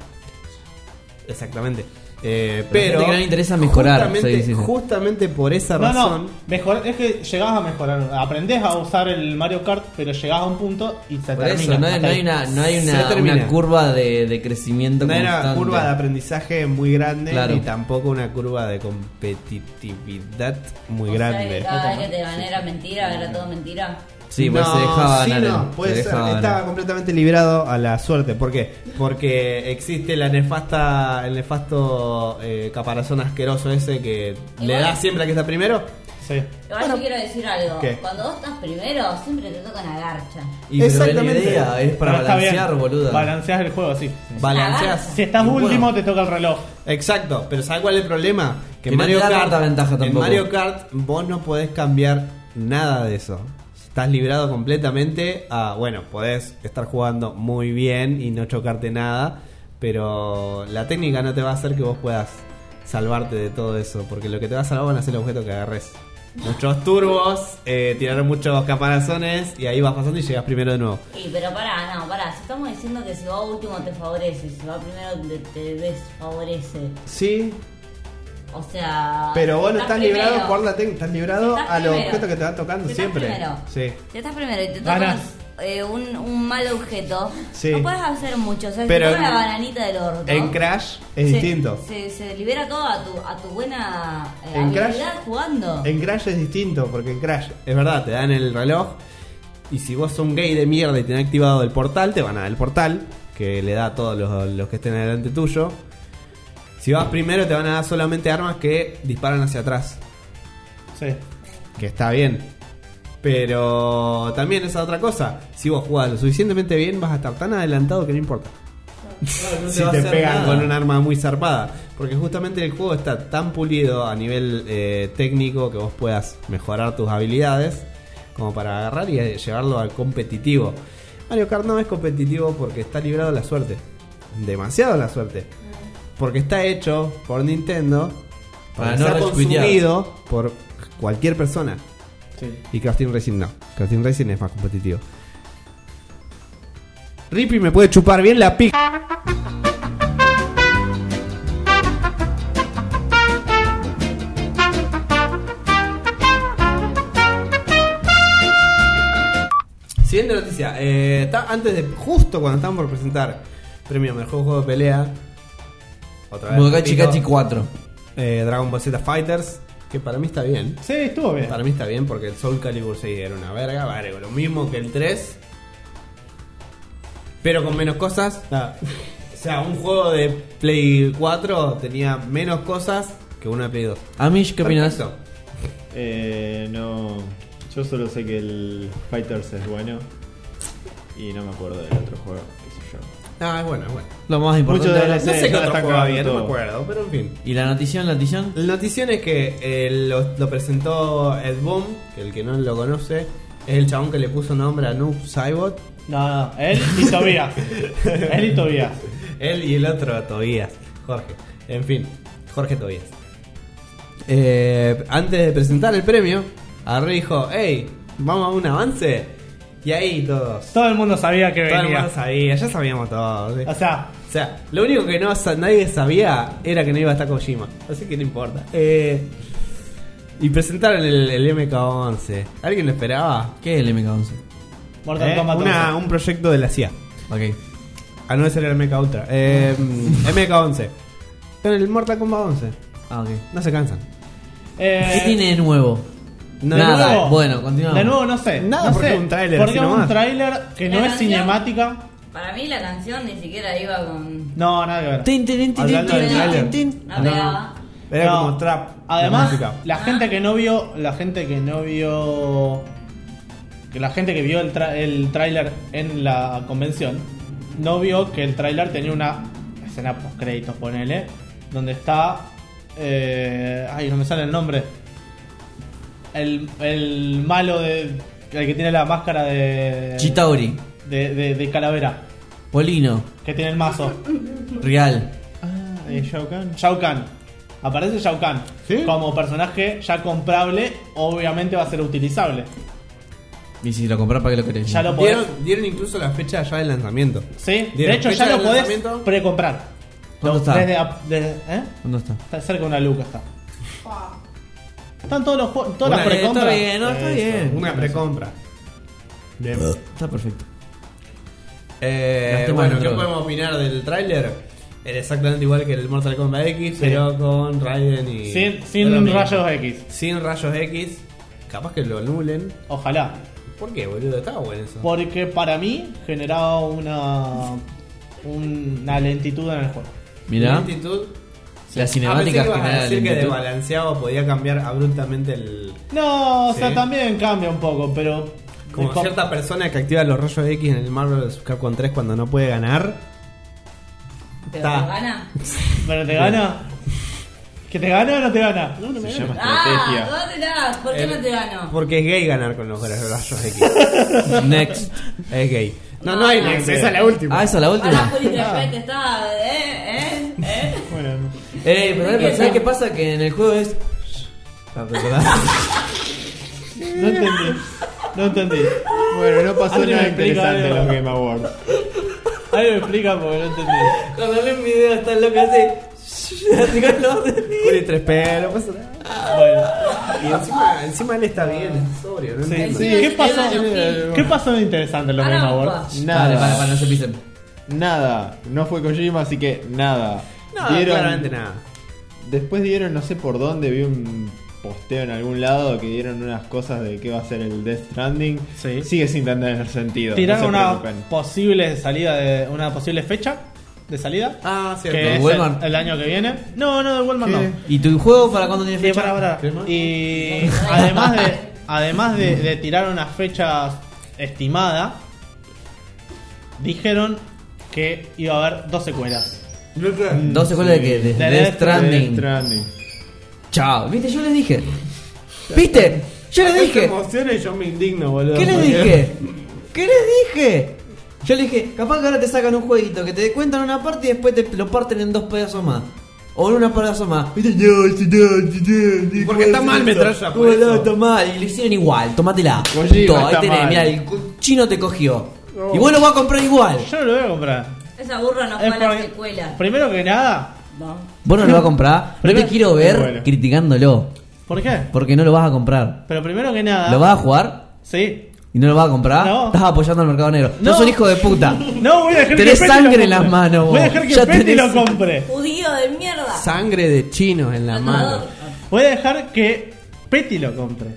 Exactamente. Eh,
Pero
pero
gente que no le interesa mejorar,
Justamente,
sí, sí, sí.
justamente por esa
No,
razón.
no, mejor, es que llegás a mejorar. Aprendés a usar el Mario Kart, pero llegás a un punto y se
Por
termina.
eso, no hay,
hasta
no hay
ahí.
una, no hay
Se
una,
termina.
una curva de, de crecimiento
No era una
constante.
curva de aprendizaje muy grande
Claro.
ni tampoco una curva de competitividad muy
O sea,
grande. ¿eh?
que cada vez que te gané era mentira, era todo mentira.
Sí, pues
No,
se dejaba
sí,
ganar. el-
no, puede
se
ser.
dejaba ganar.
Estaba completamente librado a la suerte. ¿Por qué? Porque existe la nefasta, el nefasto eh, caparazón asqueroso ese que le
Igual.
da siempre a que está primero.
Sí.
Igual yo quiero decir algo.
¿Qué?
Cuando vos estás primero, siempre te toca una garcha.
Y pero
Exactamente.
la idea es para
Pero está bien,
balancear, boluda.
Balanceás el juego, sí.
Balanceas.
garza.
Si estás
Y bueno,
último, te toca el reloj.
Exacto, pero ¿sabes cuál es el problema?
Que no te da tanta ventaja
en
tampoco.
Mario Kart vos no podés cambiar nada de eso. Estás librado completamente a, bueno, podés estar jugando muy bien y no chocarte nada, pero la técnica no te va a hacer que vos puedas salvarte de todo eso, porque lo que te va a salvar van a ser el objeto que agarres. Muchos turbos, eh, tiraron muchos caparazones y ahí vas pasando y llegas primero de nuevo.
Y pero pará, no, pará. Si estamos diciendo que si va último te favorece, si va primero te, te desfavorece.
Sí,
O sea.
pero vos no
si
estás
primero-
librado por la técnica, estás librado
Si estás
a los
primero.
objetos que te van tocando
Si estás
siempre.
primero.
Sí.
Si estás primero y te toca
Ganás.
eh, un, un mal objeto,
Sí.
no puedes hacer mucho. O sea, si
Pero
te toca
en-
la bananita del orto.
En Crash es
se-
distinto.
Se, se libera todo a tu, a tu buena eh,
En Crash-
habilidad jugando.
En Crash es distinto, porque en Crash, es verdad, te dan el reloj. Y si vos sos un gay de mierda y tenés activado el portal, te van a dar el portal, que le da a todos los, los que estén delante tuyo. Si vas primero, te van a dar solamente armas que disparan hacia atrás.
Sí.
Que está bien. Pero también esa otra cosa. Si vos jugás lo suficientemente bien, vas a estar tan adelantado que no importa. si te pegan con un arma muy zarpada. Porque justamente el juego está tan pulido a nivel eh, técnico que vos puedas mejorar tus habilidades como para agarrar y eh, llevarlo al competitivo. Mario Kart no es competitivo porque está librado a la suerte. Demasiado a la suerte. Porque está hecho por Nintendo para,
Para
no
no
ser
retuitear.
consumido por cualquier persona.
sí.
Y Crash Team Racing no. Crash Team Racing es más competitivo. Rippy me puede chupar bien la pica. Siguiente noticia. Eh, está antes de. Justo cuando estaban por presentar premio mejor juego de pelea. Otra vez.
Budokai
repito,
Chicachi 4.
eh, Dragon Ball Z Fighters. Que para mí está bien.
Sí, estuvo bien.
Para mí está bien porque el Soul Calibur 6 era una verga, vale, lo mismo que el 3. Pero con menos cosas. O sea, un juego de Play 4 tenía menos cosas que uno de Play 2.
Amish, ¿qué opinas?
Perfecto.
Eh, no. Yo solo sé que el Fighters es bueno. Y no me acuerdo del otro juego, qué sé yo.
Ah, es bueno, es bueno.
Lo más
Mucho
importante
de
de la
las-
No
Sí,
sé qué
ya
otro
está
juego había, no me
acabando todo.
acuerdo, pero en fin.
¿Y la notición, la notición?
La notición es que eh, lo, lo presentó Ed Boom, que el que no lo conoce, es el chabón que le puso nombre a Noob Saibot.
No, no, él y Tobías. él y Tobías.
Él y el otro, Tobías. Jorge. En fin, Jorge Tobías. Eh, antes de presentar el premio, Arre dijo, hey, vamos a un avance. Y ahí todos.
Todo el mundo sabía que
Todo el
venía.
mundo sabía, ya sabíamos todos. ¿sí?
O sea,
O sea, lo único que no sa- nadie sabía era que no iba a estar Kojima. Así que no importa. Eh, y presentaron el, el MK11. ¿Alguien lo esperaba?
¿Qué es el MK11?
Mortal
Eh,
Kombat
una-
11.
un proyecto de la CIA.
Ok.
Ah, no, ese era el MK Ultra. Eh, MK11. Pero el Mortal Kombat 11.
Ah, ok.
No se cansan.
Eh,
¿Qué tiene de nuevo?
No,
de
Nada.
nuevo-
bueno, continuamos.
De nuevo, no sé.
Nada,
no
porque
sé,
es un tráiler
Porque
así
es un
nomás.
tráiler que no
¿La
es
canción?
cinemática.
Para mí la canción ni siquiera iba con.
No, nada que ver.
Tin, tin, tin, tin,
Hablando
tin,
del
tin,
tráiler.
tin.
No pegaba.
Era
No.
como trap.
Además,
de música.
la gente que no vio, la gente que no vio, que la gente que vio el, tra- el tráiler en la convención, no vio que el tráiler tenía una escena post créditos, ponele, donde está, eh, ay, no me sale el nombre, el, el malo de, el que tiene la máscara de,
Chitauri,
de, de- de calavera,
Polino,
que tiene el mazo,
Real.
Ah, ¿y Shao Kahn?
Shao Kahn. Aparece Shao Kahn
¿Sí?
como personaje ya comprable, obviamente va a ser utilizable.
Y si lo compras, ¿para qué lo querés?
Ya lo podés.
Dieron, dieron incluso la fecha ya del lanzamiento.
Sí, de
Dieron
hecho
fecha
ya lo
de
podés
lanzamiento.
precomprar.
¿Dónde
Lo-
está?
Desde, a- desde- ¿eh?
¿Dónde está?
Está cerca de una luca está. Están todos los juegos, todas
Una-
las
está
precompras.
bien, no, está bien.
Una precompra. Bien.
Está perfecto.
Eh,
Gasté
bueno,
más
¿qué
droga.
podemos opinar del tráiler? Era exactamente igual que el Mortal Kombat X, pero con Raiden y.
Sin,
Era lo
sin
mismo.
rayos X.
Sin rayos X. Capaz que lo anulen.
Ojalá.
¿Por qué, boludo? Estaba bueno eso.
Porque para mí generaba una. una lentitud en el juego.
Mirá,
Lentitud.
las
Ah, pensé
cinemáticas
que ibas a
generan
decir que
lentitud.
desbalanceado podía cambiar abruptamente el.
No, o sea,
Sí.
también cambia un poco, pero.
Como
co-
cierta persona que activa los rayos X en el Marvel vs. Capcom 3 cuando no puede ganar.
Pero
Ta.
te gana.
¿Pero te gana? ¿Que te gana o no te gana?
Se llama
Ah,
Estrategia.
¿dónde estás? ¿Por qué
El-
no te gano?
Porque es gay ganar con los rayos X.
Next.
es gay. No, no hay
No,
next,
no.
esa es la última.
Ah, esa es la
Ahora
última.
Juli Trafet está. ¿Eh? ¿Eh? ¿Eh?
Bueno,
Eh, pero ahora, ¿sabes qué pasa? Que en el juego es. Ah,
Ah,
No entendí. No entendí.
bueno, no pasó
Alguien
nada
me explica
interesante en los
algo.
Game Awards.
Alguien me explica porque no entendí.
Cuando ven video está lo que hace.
Curi 3P, no pasa nada.
Bueno.
Y encima, encima él está bien, es sobrio, ¿no?
Sí,
entiendo.
sí.
Sí,
¿Qué
sí,
pasó? Eh,
sí, sí.
¿Qué pasó de interesante en
Ah,
los Game Awards?
Ahora vamos.
Vale, vale,
Nada.
vale, no se pisen.
Nada. No fue Kojima, así que nada.
No, claramente nada.
Después dieron, no sé por dónde, vi un posteo en algún lado que dieron unas cosas de qué va a ser el Death Stranding.
Sí.
Sigue sin tener sentido. no
Tiraron
se
una
preocupen.
posible salida de. una posible fecha de salida.
Ah, cierto.
que
¿De
es
Walmart?
el, el año que viene. No, no, de Walmart
¿Qué?
no.
¿Y tu juego para cuándo tiene
Sí,
fecha?
pará, pará.
¿Qué más?
Y además de. Además de, de tirar una fecha estimada, dijeron que iba a haber dos secuelas.
¿Dos secuelas de qué? De
De
Death
Death
Death
Stranding.
Stranding.
Chao. ¿Viste? Yo les dije. ¿Viste? Yo les dije.
emociona y yo me indigno, boludo.
¿Qué les
porque-
dije? ¿Qué les dije? Yo les dije, capaz que ahora te sacan un jueguito que te cuentan una parte y después te lo parten en dos pedazos más. O en una pedazo más. Viste, no, sí, no, sí, no, sí,
Porque está
¿cómo
mal
hacer eso?
metralla, pues. por
Bueno,
eso.
Está mal, y lo hicieron igual, tomátela.
Kojima
Punto, ahí
está
tenés,
mal.
mirá, el chino te cogió. Y vos lo vas a comprar igual.
Yo no lo voy a comprar.
Esa burra no fue
Es
a la
porque-
secuela.
Primero que nada,
No.
Vos no lo vas a comprar, no te
Primero-
quiero ver
Bueno.
criticándolo,
¿por qué?
porque no lo vas a comprar.
Pero primero que nada.
¿Lo vas a jugar?
Sí.
¿Y no lo vas a comprar?
No.
Estás apoyando al mercado negro. No.
No.
Sos un hijo de puta.
No, voy a dejar
Tenés
que Petty
sangre
lo
en las
compre.
manos, vos.
Voy a dejar que
Ya
Petty
tenés-
lo compre.
Judío de mierda.
Sangre de chinos en la mano.
Matador.
Voy a dejar que Petty lo compre.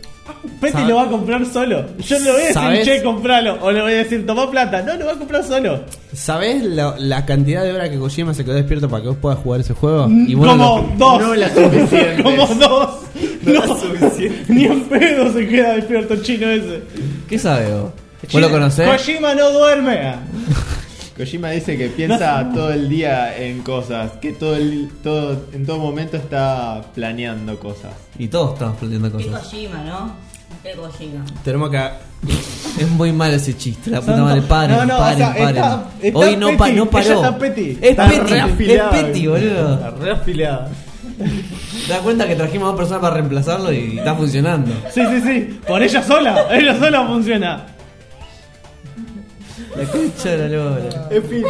Peti
Sab-
lo va a comprar solo. Yo no le voy a decir,
¿Sabes?
che, compralo. O le voy a decir, tomá plata. No, lo va a comprar solo.
¿Sabés la, la cantidad de horas que Kojima se quedó despierto para que vos puedas jugar ese juego? vos no
Como
lo-
dos.
No las suficientes.
Como dos.
No
No,
las suficientes.
Ni en pedo se queda despierto el chino ese.
¿Qué sabe vos? ¿Vos lo conocés?
Kojima no duerme.
Kojima dice que piensa todo el día en cosas, que todo el, todo, en todo momento está planeando cosas.
Y todos estamos planteando
Qué
cosas.
Kojima, ¿no? Qué Kojima.
Tenemos que.
Es muy mal ese chiste, la puta
Santo.
madre. Paren,
No, no, o
paren,
sea,
paren.
está- está
Hoy no, pa-
petty,
no
ella
paró.
está petty.
Es
Está
Petty, es
reafilada,
Petty, boludo.
La reafilada.
Te das cuenta que trajimos a dos personas para reemplazarlo y está funcionando.
Sí, sí, sí. Por ella sola. Ella sola funciona.
La concha de la lora.
En fin.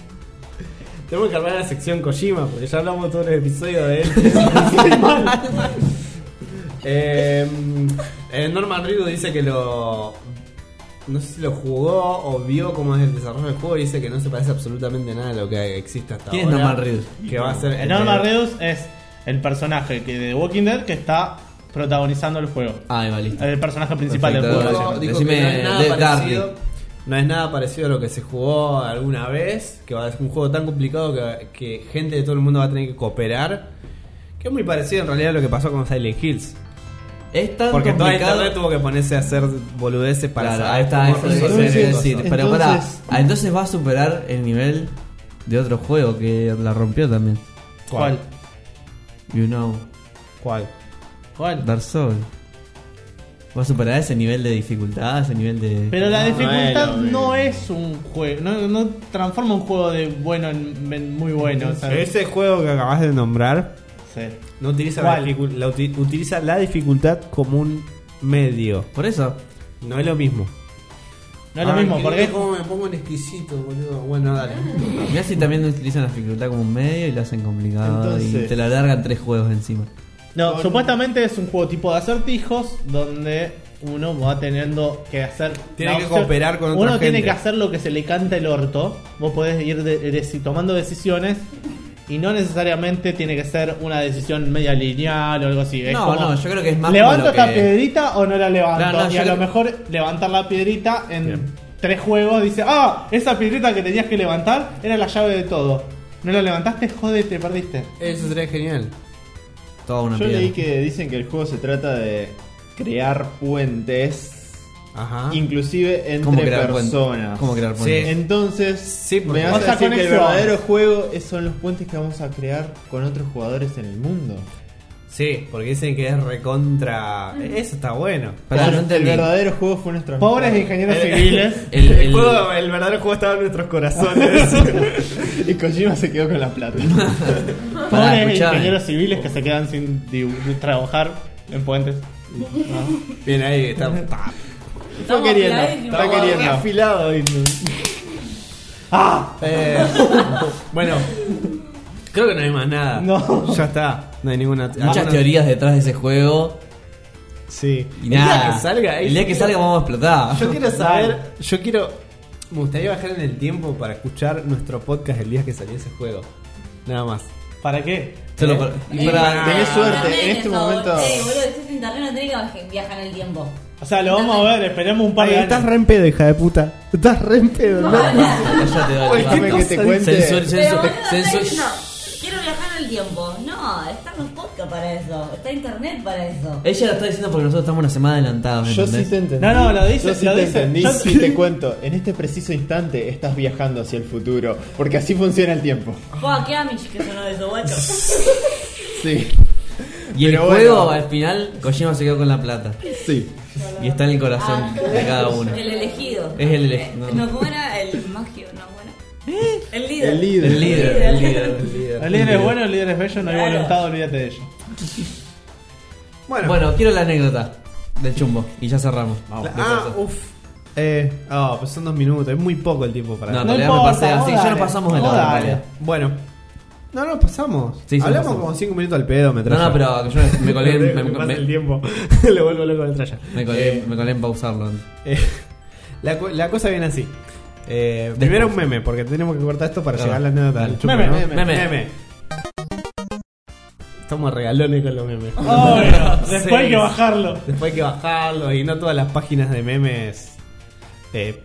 Tenemos que armar la sección Kojima, porque ya hablamos todo el episodio de él. eh, eh, Norman Reedus dice que lo. No sé si lo jugó o vio cómo es el desarrollo del juego y dice que no se parece absolutamente nada a lo que existe hasta
¿Quién es
ahora.
Norman Reedus?
Que va a ser.
El Norman Reedus es el personaje que de Walking Dead que está protagonizando el juego.
Ay, va, listo.
El personaje principal
Perfecto,
del
gracias.
juego.
Dijo- dijo
Decime,
que no es nada
Death
parecido-
Darkly.
No es nada parecido a lo que se jugó alguna vez, que va a ser un juego tan complicado que, que gente de todo el mundo va a tener que cooperar. Que es muy parecido en realidad a lo que pasó con Silent Hills.
Es tan
Porque toda
complicado.
internet tuvo que ponerse a hacer boludeces para
Claro, ahí
saber
está,
cómo
eso es lo que
resolver
quería
cosas.
decir. Pero pará,
Entonces-
ah, entonces va a superar el nivel de otro juego que la rompió también.
¿Cuál?
You know,
¿Cuál?
¿Cuál?
Dark Souls. Va a superar ese nivel de dificultad, ese nivel de.
Pero la
No,
dificultad
bueno,
no
bien.
es un juego, no, no transforma un juego de bueno en, en muy bueno. ¿sabes?
Ese juego que acabas de nombrar
Sí.
no utiliza la,
¿Cuál?
dificu- la uti- utiliza la dificultad como un medio.
Por eso.
No es lo mismo.
No es lo
Ay,
mismo,
Ah, qué
porque es-
lindo cómo me pongo en exquisito, boludo. Bueno, dale.
Mirá si también utilizan la dificultad como un medio y lo hacen complicado y
Entonces-
te la alargan tres juegos encima.
no,
con-
supuestamente es un juego tipo de acertijos donde uno va teniendo que hacer.
Tiene
la
que
opción-
cooperar con otra
Uno tiene
gente.
que hacer lo que se le canta el orto. Vos podés ir de- deci- tomando decisiones y no necesariamente tiene que ser una decisión media lineal o algo así. Es
No,
como-
no, yo creo que es más
¿Levanto
como lo
esta
que-
piedrita o no la levanto?
No, no,
y
yo
a lo
creo-
mejor levantar la piedrita en tres juegos dice, ah, esa piedrita que tenías que levantar era la llave de todo. No la levantaste, jode, te perdiste.
Eso sería genial.
Toda una
Yo
piedra.
leí que dicen que el juego se trata de crear puentes,
Ajá.
inclusive
Ah. ¿Cómo
entre
crear puentes?
personas.
¿Cómo crear
Sí.
puentes?
Entonces,
Sí, porque
me vas
vas a
a decir que el
conexiones.
verdadero juego es- son los puentes que vamos a crear con otros jugadores en el mundo.
Sí, porque dicen que es recontra. Eso está bueno.
Pará,
Claro,
no
el
entendí.
verdadero juego fue nuestra
Pobres ingenieros civiles.
El-
El,
el-
juego- el verdadero juego estaba en nuestros corazones.
Y Kojima se quedó con la plata.
Pará,
Pobres
escuchame.
ingenieros civiles que se quedan sin dibu- trabajar en puentes.
Bien, ahí está. pa.
está queriendo, está queriendo.
Afilado. ahí.
¡Ah!
Eh, bueno, creo que no hay más nada.
No.
Ya está. No hay ninguna.
Muchas
alguna-
teorías detrás de ese juego.
Sí.
Y
El día
nada.
que salga,
el día que salga vamos a explotar.
Yo quiero saber. Yo quiero. Me gustaría bajar en el tiempo para escuchar nuestro podcast el día que salió ese juego. Nada más.
¿Para qué?
Se lo- para-
Y
para-
para-
Eh, Tenés suerte,
Internet,
en este
eso,
momento.
Che, boludo, este existe internet, no tenés que baje- viajar en el tiempo.
O sea, lo vamos a ver, esperemos un par
Ay,
de
estás
años.
re en pedo, hija de puta. Estás re en pedo, ¿no?
Ya te doy,
Pues, Déjame que te cuente.
Censur,
Pero
censur,
boludo, está
censur-
diciendo, quiero viajar en el tiempo. No, están los podcasts para eso. Está internet para eso.
Ella lo está diciendo porque nosotros estamos una semana adelantados.
Yo sí
¿entendés?
te entendí.
No, no, lo dice-
Yo sí
lo
te
dice.
entendí.
Yo-
Sí te cuento. En este preciso instante estás viajando hacia el futuro. Porque así funciona el tiempo.
Fua, qué amish que sonó eso, guacho.
Sí,
Y el
Pero
juego
bueno.
al final, Kojima se quedó con la plata.
sí.
Y está en el corazón de cada uno.
El elegido.
Es el elegido. ¿Eh?
Eh, No, ¿cómo era? El magio, no, bueno. El líder.
El líder.
El líder, el líder.
El líder es bueno, el líder es bello, no hay
Claro.
voluntad, olvídate de ello.
Bueno,
Bueno, quiero la anécdota del chumbo. Y ya cerramos. uh,
la-
De
ah,
corazón.
uff. Eh, ah, pues son dos minutos, es muy poco el tiempo para.
No,
No
todavía me
importa,
pasé
vos
así. Ya
dale,
nos pasamos de la
vos
hora.
dale.
en realidad.
Bueno, no, no, pasamos.
Sí, sí,
Hablamos
pasamos.
como cinco minutos al pedo, me
No, no, pero yo me colé, me, me-
pasa el
me-
tiempo. Le vuelvo loco al traya.
me colé, me colé en pausarlo. antes.
Eh, la, co- la cosa viene así. Eh, primero un meme, porque tenemos que cortar esto para
Claro.
llegar a la anécdota. del chumbo,
Meme,
¿no?
meme.
meme. Estamos regalones con los memes.
Obvio, Ah, después hay que
Seis.
bajarlo.
Después hay que bajarlo y no todas las páginas de memes eh,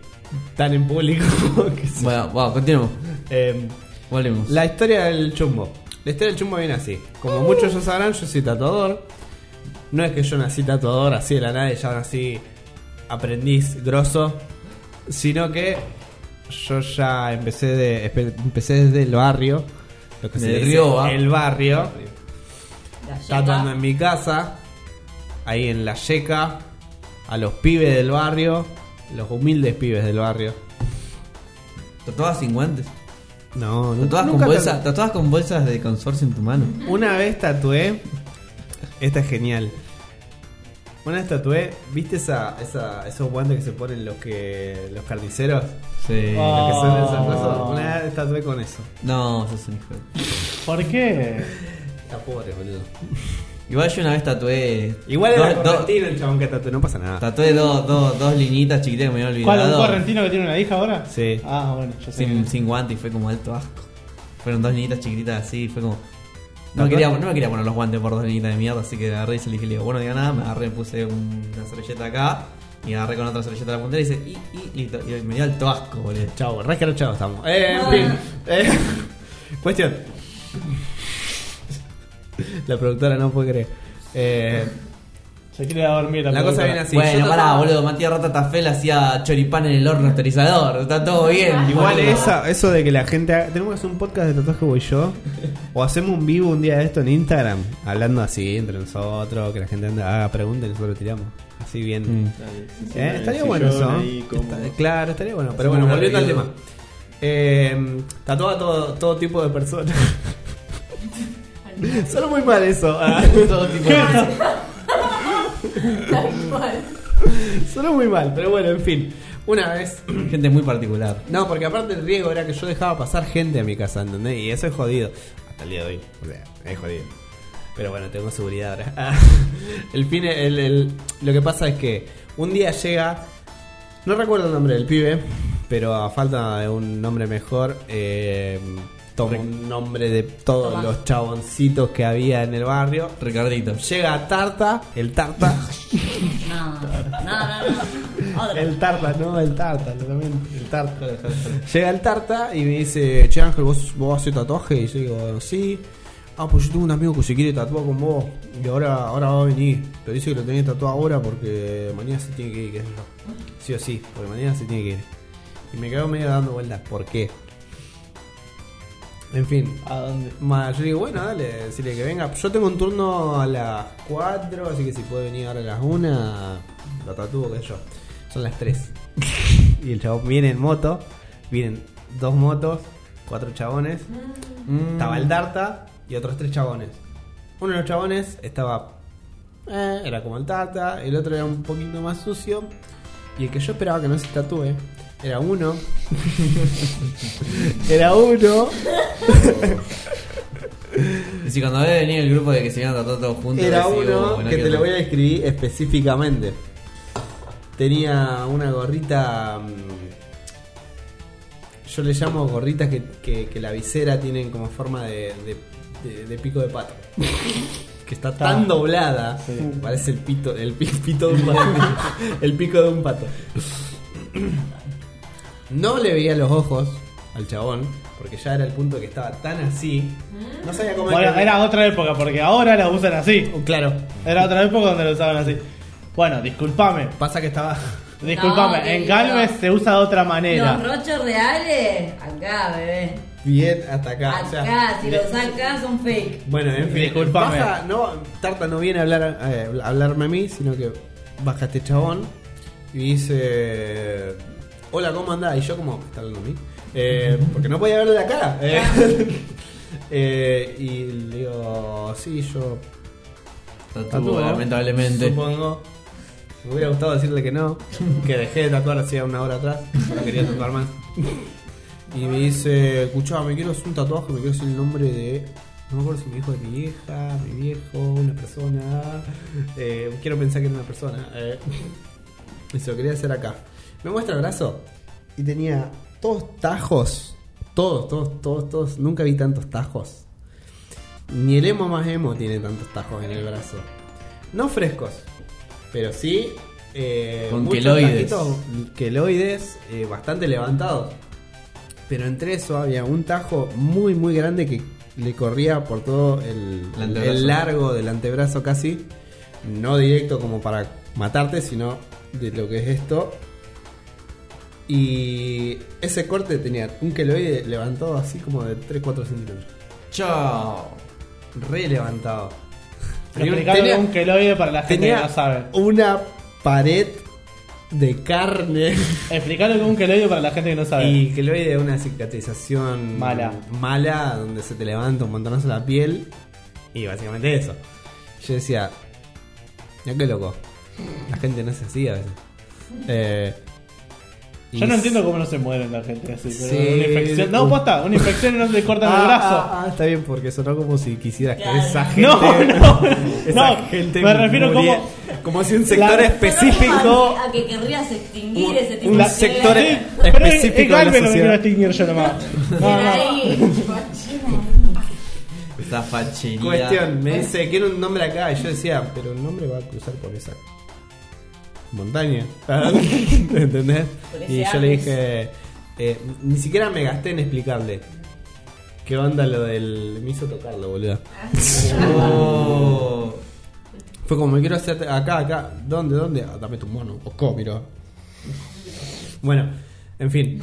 están en público. que se-
Bueno, wow, continuemos.
Eh,
Volvemos.
la historia del chumbo. La historia del chumbo viene así.
Uh.
Como muchos ya sabrán, yo soy tatuador. No es que yo nací tatuador así de la nada y ya nací aprendiz grosso. Sino que yo ya empecé, de, espe- empecé desde el barrio. Lo que se
Del
le dice
Rioba.
El barrio.
La
Tatuando
yeca.
en mi casa. Ahí en la yeca. A los pibes del barrio. Los humildes pibes del barrio.
Tatuabas sin guantes.
No, no
Tatuabas con,
nunca
bolsa, tatuabas con bolsas de consorcio en tu mano.
Una vez tatué. Esta es genial. Una vez tatué. ¿Viste esa, esa, esos guantes que se ponen los que. los carniceros?
Sí.
Ah.
Los que son esas cosas.
Oh.
Una vez tatué con eso.
No, sos un hijo. de-
¿Por qué?
Está pobre, boludo.
Igual yo una vez tatué.
Igual
dos,
era
dos-
correntino el chabón que tatué, no pasa nada.
Tatué dos, dos, dos linitas chiquititas que me había
¿Cuál? ¿Un
olvidado.
correntino que tiene una hija ahora?
Sí.
Ah, bueno, yo sé.
sin, sin guantes y fue como alto asco. Fueron dos niñitas chiquititas así, fue como. No,
¿Tatuaje?
me quería, no me quería poner los guantes por dos niñitas de mierda, así que agarré y se le dije, le digo, bueno, diga nada, me agarré, puse un- una servilleta acá y agarré con otra servilleta la puntera y dice, y, y, listo. Y me dio alto asco, boludo.
Chau, rascaro chau estamos. Eh, en
No.
fin. Eh, cuestión. La productora no puede creer. Eh,
Se quiere ir a dormir.
La cosa
productora.
viene así. yo
bueno, pará,
tatuaba-
boludo, Matías Rata Tafel hacía choripán en el horno esterizador, está todo bien.
Igual
boludo.
esa, eso de que la gente haga- tenemos que hacer un podcast de tatuaje voy yo o hacemos un vivo un día de esto en Instagram hablando así entre nosotros que la gente anda- haga preguntas y nosotros tiramos así bien.
Mm.
Eh, estaría bueno eso. Está- claro, estaría bueno. Pero bueno,
Hacemos
volviendo al
una
tema.
review.
Eh, tatuaba todo, todo tipo de personas. Solo muy mal eso. ah.
Todo tipo de-
Tal cual.
Solo muy mal, pero bueno, en fin. Una vez
gente muy particular.
No, porque aparte el riesgo era que yo dejaba pasar gente a mi casa, ¿entendés? Y eso es jodido. Hasta el día de hoy. O sea, es jodido. Pero bueno, tengo seguridad ahora. el fin, el, el- lo que pasa es que un día llega. No recuerdo el nombre del pibe, pero a falta de un nombre mejor, eh, tomo un nombre de todos
Tomás.
los chaboncitos que había en el barrio.
Ricardito.
Llega Tarta, el Tarta.
No, no, no, no. Otra.
El tarta, no, el tarta, lo lamento, el tarta. Llega el tarta y me dice, che Ángel, ¿vos, vos haces tatuaje? Y yo digo, sí. Ah, pues yo tengo un amigo que se quiere tatuar con vos y ahora, ahora va a venir. Pero dice que lo tenés tatuado ahora porque mañana se tiene que ir, qué sé yo. Sí o sí, porque mañana se tiene que ir. Y me quedo medio dando vueltas, ¿por qué? En fin,
¿A dónde?
Ma, yo digo, bueno, dale, decirle que venga. Yo tengo un turno a las 4, así que si puede venir ahora a las 1, lo tatúo que yo. Son las 3. y el chabón viene en moto, vienen dos motos, cuatro chabones. Estaba el Darta y otros tres chabones. Uno de los chabones estaba. eh, era como el Tarta, el otro era un poquito más sucio. Y el que yo esperaba que no se tatúe era uno. era uno.
Y si cuando había venir el grupo de que se iban a tatuar todos juntos,
Era
decís,
uno
"Oh, no
que
quiero
te lo voy a
tatuar".
describir específicamente. Tenía una gorrita. mm, Yo le llamo gorritas que, que- que la visera tienen como forma de, de- de- de pico de pato. que está tan doblada. Parece el pito, el pi- pito de un pato. el pico de un pato. No le veía los ojos al chabón, porque ya era el punto que estaba tan así. No sabía cómo
Bueno, era otra época, porque ahora la usan así.
Claro,
Era otra época donde lo usaban así. Bueno, discúlpame.
Pasa que estaba.
Disculpame, en
No, querido.
Galvez se usa de otra
Los
manera.
rochos reales, acá, bebé.
Bien, hasta acá. o sea,
Acá, si
le-
los acá son fake.
Bueno, en fin.
Disculpame.
Pasa, no, Tarta no viene a, hablar, a- eh, a hablarme a mí, sino que baja este chabón y dice: Hola, ¿cómo andás? Y yo, como, ¿está hablando a mí? Eh, porque no podía verle la cara. Eh, eh, y le digo: Sí, yo
Tatúo, lamentablemente.
¿eh? Supongo. Me hubiera gustado decirle que no, que dejé de tatuar hacía una hora atrás, no quería tatuar más. Y me dice, escuchá, me quiero hacer un tatuaje, me quiero hacer el nombre de... No me acuerdo si me dijo de mi vieja, mi viejo, una persona... eh, quiero pensar que era una persona. eh. Y se lo quería hacer acá. Me muestra el brazo y tenía todos tajos. Todos, todos, todos, todos. Nunca vi tantos tajos. Ni el emo más emo tiene tantos tajos en el brazo. No frescos, pero sí. eh,
Con
muchos
queloides.
tajitos queloides, eh, bastante levantados. Pero entre eso había un tajo muy, muy grande que le corría por todo el,
El antebrazo.
el largo del antebrazo casi. No directo como para matarte, sino de lo que es esto. Y ese corte tenía un queloide levantado así como de 3-4 centímetros.
Chao.
Re levantado.
Pero
Y un-
explicarlo
tenía-
con un queloide para la gente que
tenía
no sabe.
una pared de carne.
Explicarlo con un queloide para la gente que no sabe.
Y que lo de una cicatrización
Mala.
mala, donde se te levanta un montonazo la piel. Y básicamente eso. Yo decía, ya qué loco. La gente no se así a veces. Eh,
Yo
y
no
s-
entiendo cómo no se mueren la gente así. Pero
Sí.
una infección. No,
Uh.
posta, una infección no te cortan
Ah,
el brazo.
ah, ah, está bien, porque sonó como si quisieras que
Claro.
esa gente.
No, no,
esa
no,
gente
me refiero
muriera-
como-
Como si un sector
La-
específico.
A que querrías extinguir
Un-
ese tipo
un
de
sector e-
peleas.
es-
pero es,
específico de
es
la
Galve lo que
sociedad.
quiero extinguir yo nomás. No,
Era
no.
ahí.
Esta fachería.
Cuestión, me dice, quiero un nombre acá. Y yo decía, pero el nombre va a cruzar por esa montaña. ¿Entendés?
Por ese
Y yo le
Andes.
dije, eh, ni siquiera me gasté en explicarle. ¿Qué onda lo del.? Me hizo tocarlo, boludo.
Oh.
Fue como, me quiero hacer acá, acá. ¿Dónde, dónde? Ah, dame tu mono. Osco, mira. Bueno, en fin.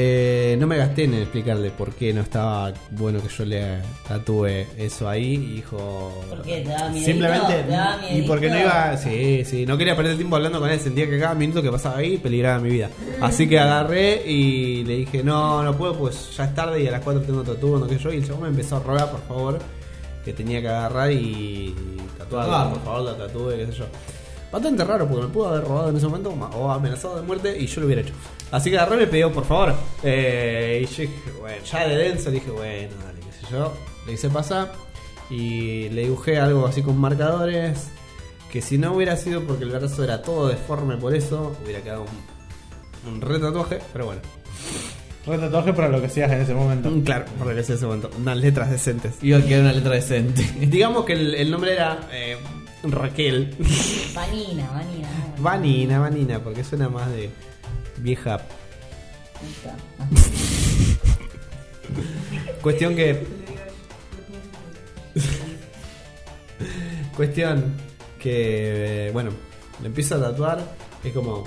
Eh, no me gasté en explicarle por qué no estaba bueno que yo le tatúe eso ahí. Y dijo.
¿Por qué? ¿Te da miedito?
Simplemente.
¿Te da miedito?
Y porque no iba. Sí, sí. No quería perder tiempo hablando con él. Sentía que cada minuto que pasaba ahí peligraba mi vida. Así que agarré y le dije, no, no puedo, pues ya es tarde y a las 4 tengo tatuado, no que yo. Y el chabón me empezó a rogar, por favor, que tenía que agarrar y tatuarla,
Ah.
por favor, la tatúe, qué sé yo. Bastante raro, porque me pudo haber robado en ese momento ma- o amenazado de muerte y yo lo hubiera hecho. Así que agarré y me pidió, por favor. Eh, y yo dije, bueno, ya de denso, le dije, bueno, dale, qué sé yo. Le hice pasar y le dibujé algo así con marcadores. Que si no hubiera sido porque el brazo era todo deforme por eso, hubiera quedado un, un re tatuaje, pero bueno.
Retatuaje para lo que hacías en ese momento.
Mm, Claro, por regresé ese momento. Unas letras decentes.
Iba a quedar una letra decente.
Digamos que el, el nombre era eh, Raquel.
Vanina, Vanina. no,
Vanina, Vanina, porque suena más de vieja.
ahí está.
Cuestión que. Cuestión que. eh, Bueno, le empiezo a tatuar. Es como.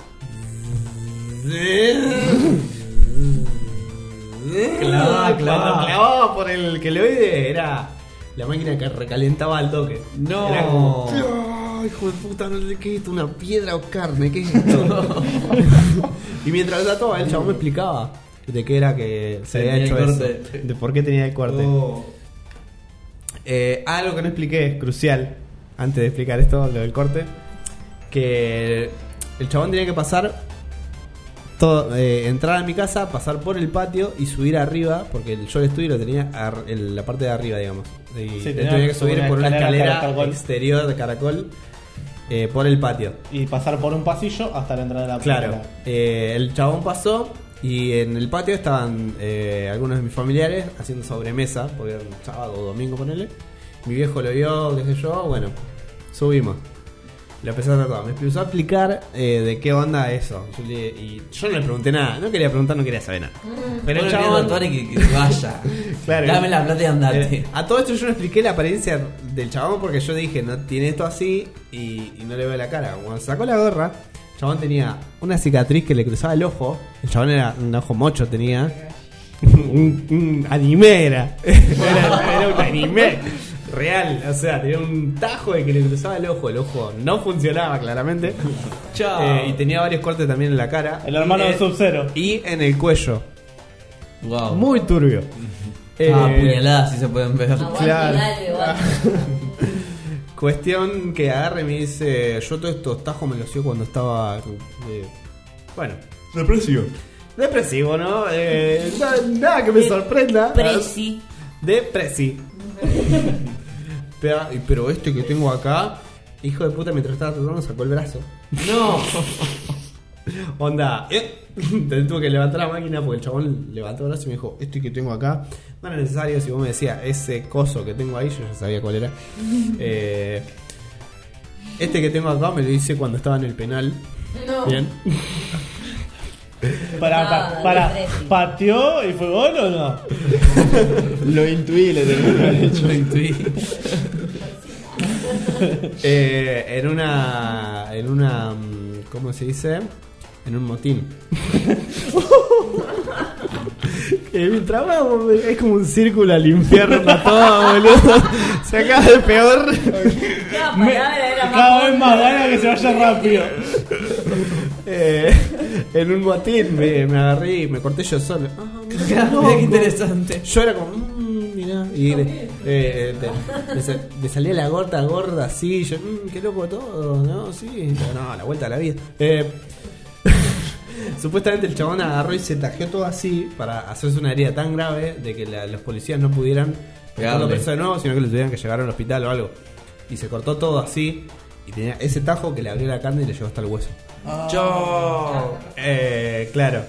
Clavá, clavá.
Cuando clavaba por el queloide era la máquina que recalentaba al toque.
No.
Era como, "Ah, hijo de puta, no sé qué es esto, una piedra o carne, ¿qué es esto? y mientras lo tatuaba, el chabón me explicaba de qué era que se
Tenía
había hecho
el
eso,
corte.
de por qué tenía el corte.
Oh.
Eh, algo que no expliqué, crucial, antes de explicar esto, lo del corte, que el chabón tenía que pasar, todo, eh, entrar a mi casa, pasar por el patio y subir arriba, porque el, yo el estudio lo tenía ar- en la parte de arriba, digamos. Y
Sí, tenía
tenía que
que
subir
subir
por una
escalera
escalera
caracol.
exterior de caracol eh, por el patio.
Y pasar por un pasillo hasta la entrada de la
Claro,
puerta.
eh, el chabón pasó y en el patio estaban eh, algunos de mis familiares haciendo sobremesa, porque era un sábado o domingo, ponele. Mi viejo lo vio, qué sé yo, bueno, subimos. Lo empecé a tratar, me empezó a explicar eh, de qué onda eso. Yo le- y yo no le pregunté nada, no quería preguntar, no quería saber nada. Pero
Pero
el
no quería
chabón-
tatuar y que, que vaya.
Claro.
Dame la plata y andate.
Eh, a todo esto yo no expliqué la apariencia del chabón porque yo dije, no tiene esto así y, y no le veo la cara. Cuando sacó la gorra, el chabón tenía una cicatriz que le cruzaba el ojo. El chabón era un ojo mocho, tenía. un, un anime era. era. era un anime. Real, o sea, tenía un tajo de que le cruzaba el ojo. El ojo no funcionaba claramente.
Chao.
Eh, y tenía varios cortes también en la cara.
El hermano
Y,
de
eh,
Sub-Zero.
Y en el cuello.
Wow.
Muy turbio.
Ah,
Eh,
puñaladas si se pueden ver.
Aguante,
Claro.
dale, aguante.
Cuestión que agarre y me dice, yo todos estos tajos me los dio cuando estaba... eh, bueno. Depresivo. Depresivo, ¿no? Eh, na- nada que me sorprenda.
Preci.
Depresi. pero, pero este que tengo acá, hijo de puta, mientras estaba tratando sacó el brazo.
No.
Onda, eh, Te tuve que levantar la máquina porque el chabón levantó el brazo y me dijo, esto que tengo acá no era necesario. Si vos me decías ese coso que tengo ahí, yo ya sabía cuál era. Eh, este que tengo acá me lo hice cuando estaba en el penal.
No.
Bien.
Para,
No,
para,
no,
para,
Presi.
¿pateó y fue gol o no?
Lo intuí, le tengo que haber hecho.
Eh, en una. En una. mm, ¿Cómo se dice? En un motín. Que mi trabajo es como un círculo al infierno todo, boludo. Se acaba de peor.
Cada
Me-
palabra era más
cada vez
corta.
más gana que se vaya rápido.
Eh, en un motín me, me agarré y me corté yo solo. Ah, mirá,
Mirá qué
no, como-
interesante.
Yo era como, mmm, mirá. Y le, eh, eh, te- le sa- le salía la gorda gorda así. Yo, mmm, qué loco todo, ¿no? Sí, no, la vuelta a la vida. Eh, supuestamente el chabón agarró y se tajeó todo así para hacerse una herida tan grave de que la- los policías no pudieran
Pegarle.
pegarlo preso de nuevo, sino que lo tuvieran que llevar al hospital o algo. Y se cortó todo así. Y tenía ese tajo que le abrió la carne y le llegó hasta el hueso.
Ah.
Yo.
Eh, claro.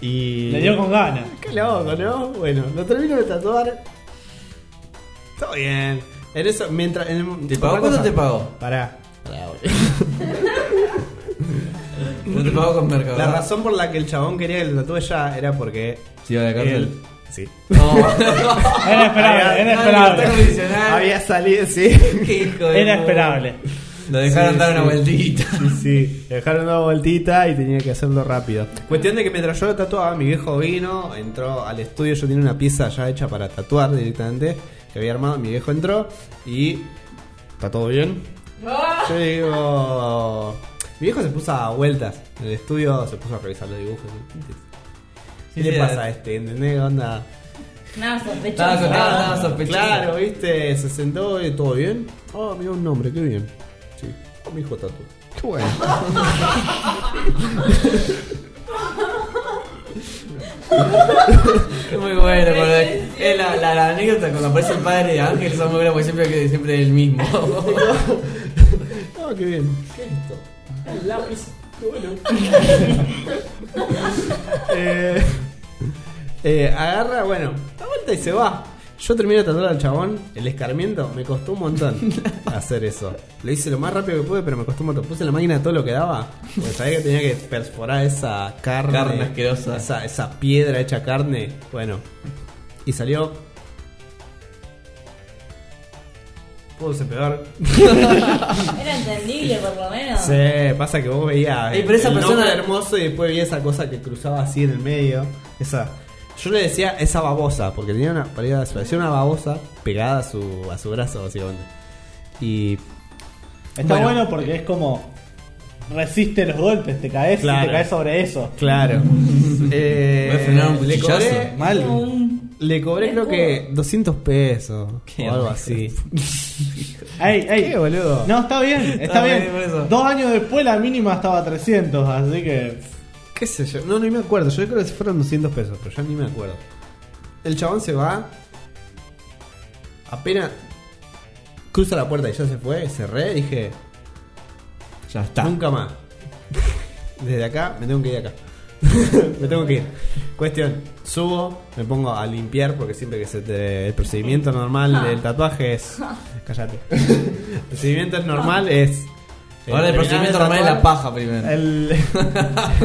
Y.
Le dio con ganas.
Qué loco, ¿no? Bueno, lo termino de tatuar. Todo bien. En eso, mientras. En,
¿Te pagó? ¿Cuánto te pagó?
Pará.
No te pago con mercado.
La razón por la que el chabón quería que lo tatúe ya era porque.
Si iba a la cárcel.
él- sí.
No.
Era esperable, era esperable.
Había salido, sí.
Qué hijo de
Era
puta.
esperable.
Lo dejaron
Sí,
dar
sí.
una vueltita.
Sí, sí. Le dejaron una vueltita y tenía que hacerlo rápido. Cuestión de que mientras yo lo tatuaba, mi viejo vino, entró al estudio. Yo tenía una pieza ya hecha para tatuar directamente que había armado. Mi viejo entró y. ¿Está todo bien?
Ah.
Yo digo. Mi viejo se puso a vueltas en el estudio, se puso a revisar los dibujos. ¿Qué
Sí,
le
sí,
pasa
a-
a este? ¿Entendés? ¿Qué onda?
Nada sospechoso.
Estaba sospechoso, estaba sospechoso.
Claro, viste, se sentó y todo bien. Oh, mirá un nombre, qué bien. Sí, Oh, mi hijo tatu. Qué bueno.
Es muy bueno. con lo de- es la, la, la anécdota cuando aparece el padre de Ángel son muy buenas porque siempre, que- siempre es el mismo.
Oh, qué bien. ¿Qué es esto? Un lápiz. Qué bueno. eh, eh, agarra, bueno, da vuelta y se va. Yo termino de tatuar al chabón, el escarmiento, me costó un montón hacer eso. Lo hice lo más rápido que pude, pero me costó un montón. Puse en la máquina todo lo que daba, porque sabía que tenía que perforar esa carne.
Carne asquerosa.
Esa, esa piedra hecha carne. Bueno, y salió. Pudo ser peor.
Era entendible, por lo menos.
Sí, pasa que vos veías.
Ey, pero esa
el
persona-
nombre hermoso y después veía esa cosa que cruzaba así en el medio. Esa. Yo le decía esa babosa, porque tenía una. Parecía parecía una babosa pegada a su, a su brazo, básicamente. Y.
Está bueno. porque es como. Resiste los golpes, te caes y
Claro.
te caes sobre eso.
Claro. Eh,
Voy a frenar un
le
cuchillazo.
cobré,
Como
Mal.
un-
le cobré creo que 200 pesos
Qué
o algo
rico.
así.
Ey, ey.
¿Qué, boludo?
No, está bien, está
No,
bien.
por eso.
Dos años después la mínima estaba a 300, así que.
¿Qué sé yo? No, no me acuerdo. Yo creo que fueron 200 pesos, pero ya ni me acuerdo. El chabón se va. Apenas cruza la puerta y ya se fue, cerré, dije.
Ya está.
Nunca más. Desde acá me tengo que ir acá. me tengo que ir. Cuestión, subo, me pongo a limpiar porque siempre que se te- el procedimiento normal del tatuaje es. Cállate. El procedimiento normal es. eh,
Ahora el
terminar de
procedimiento normal es la
tatuar.
paja primero.
El,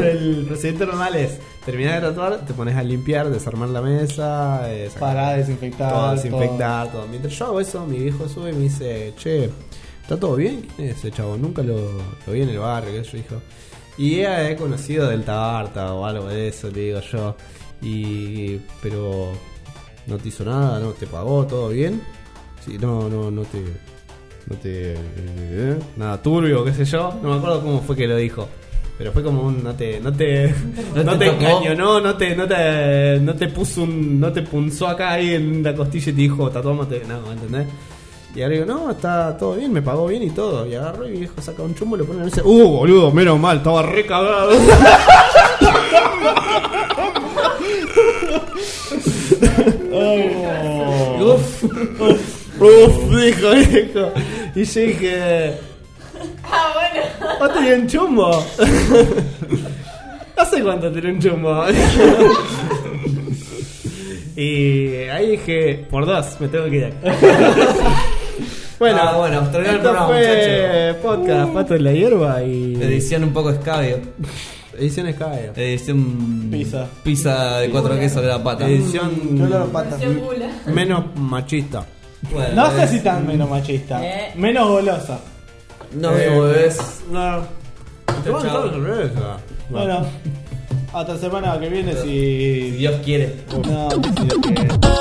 el procedimiento normal es terminar de tatuar, te pones a limpiar, desarmar la mesa, eh, sacar
Para
todo,
desinfectar.
desinfectar, todo. Mientras yo hago eso, mi viejo sube y me dice, che, ¿está todo bien? ¿Quién es ese chavo? Nunca lo, lo vi en el barrio, qué sé yo, dijo. Y he conocido del Tabarta o algo de eso, le digo yo. Y. pero. No te hizo nada, no te pagó, todo bien. Sí, no, no, no te. No te. eh, nada turbio, qué sé yo. No me acuerdo cómo fue que lo dijo. Pero fue como un no te. no te.
No
no,
te
te,
tocó.
engañonó, no te, no te. no te puso un. no te punzó acá ahí en la costilla y te dijo tatuámate. No, ¿entendés? Y ahora digo, no, está todo bien, me pagó bien y todo. Y agarró y mi viejo saca un chumbo, lo pone en el dice, uh, boludo, menos mal, estaba re cagado.
Oh.
Uf, uf, dijo, dijo. Y yo dije,
Ah, bueno.
vos tenías un chumbo. No sé cuánto tiré un chumbo. y ahí dije, por dos, me tengo que ir acá. bueno,
Ah, bueno, estrenar el
esto
programa,
fue podcast Pato en la Hierba y
Edición un poco escabio.
edición Escabio.
Eh,
Edición.
Pizza.
Pizza de cuatro quesos de la pata.
Edición
Yo lo pata.
Versión gula.
menos machista.
Bueno, eh,
No sé
es-
si tan menos machista.
Eh.
Menos golosa.
No me volvés.
No. Te van
Chao.
todos al revés, ah.
Bueno, hasta semana que viene
Si
si.
Dios quiere.
No, si lo que-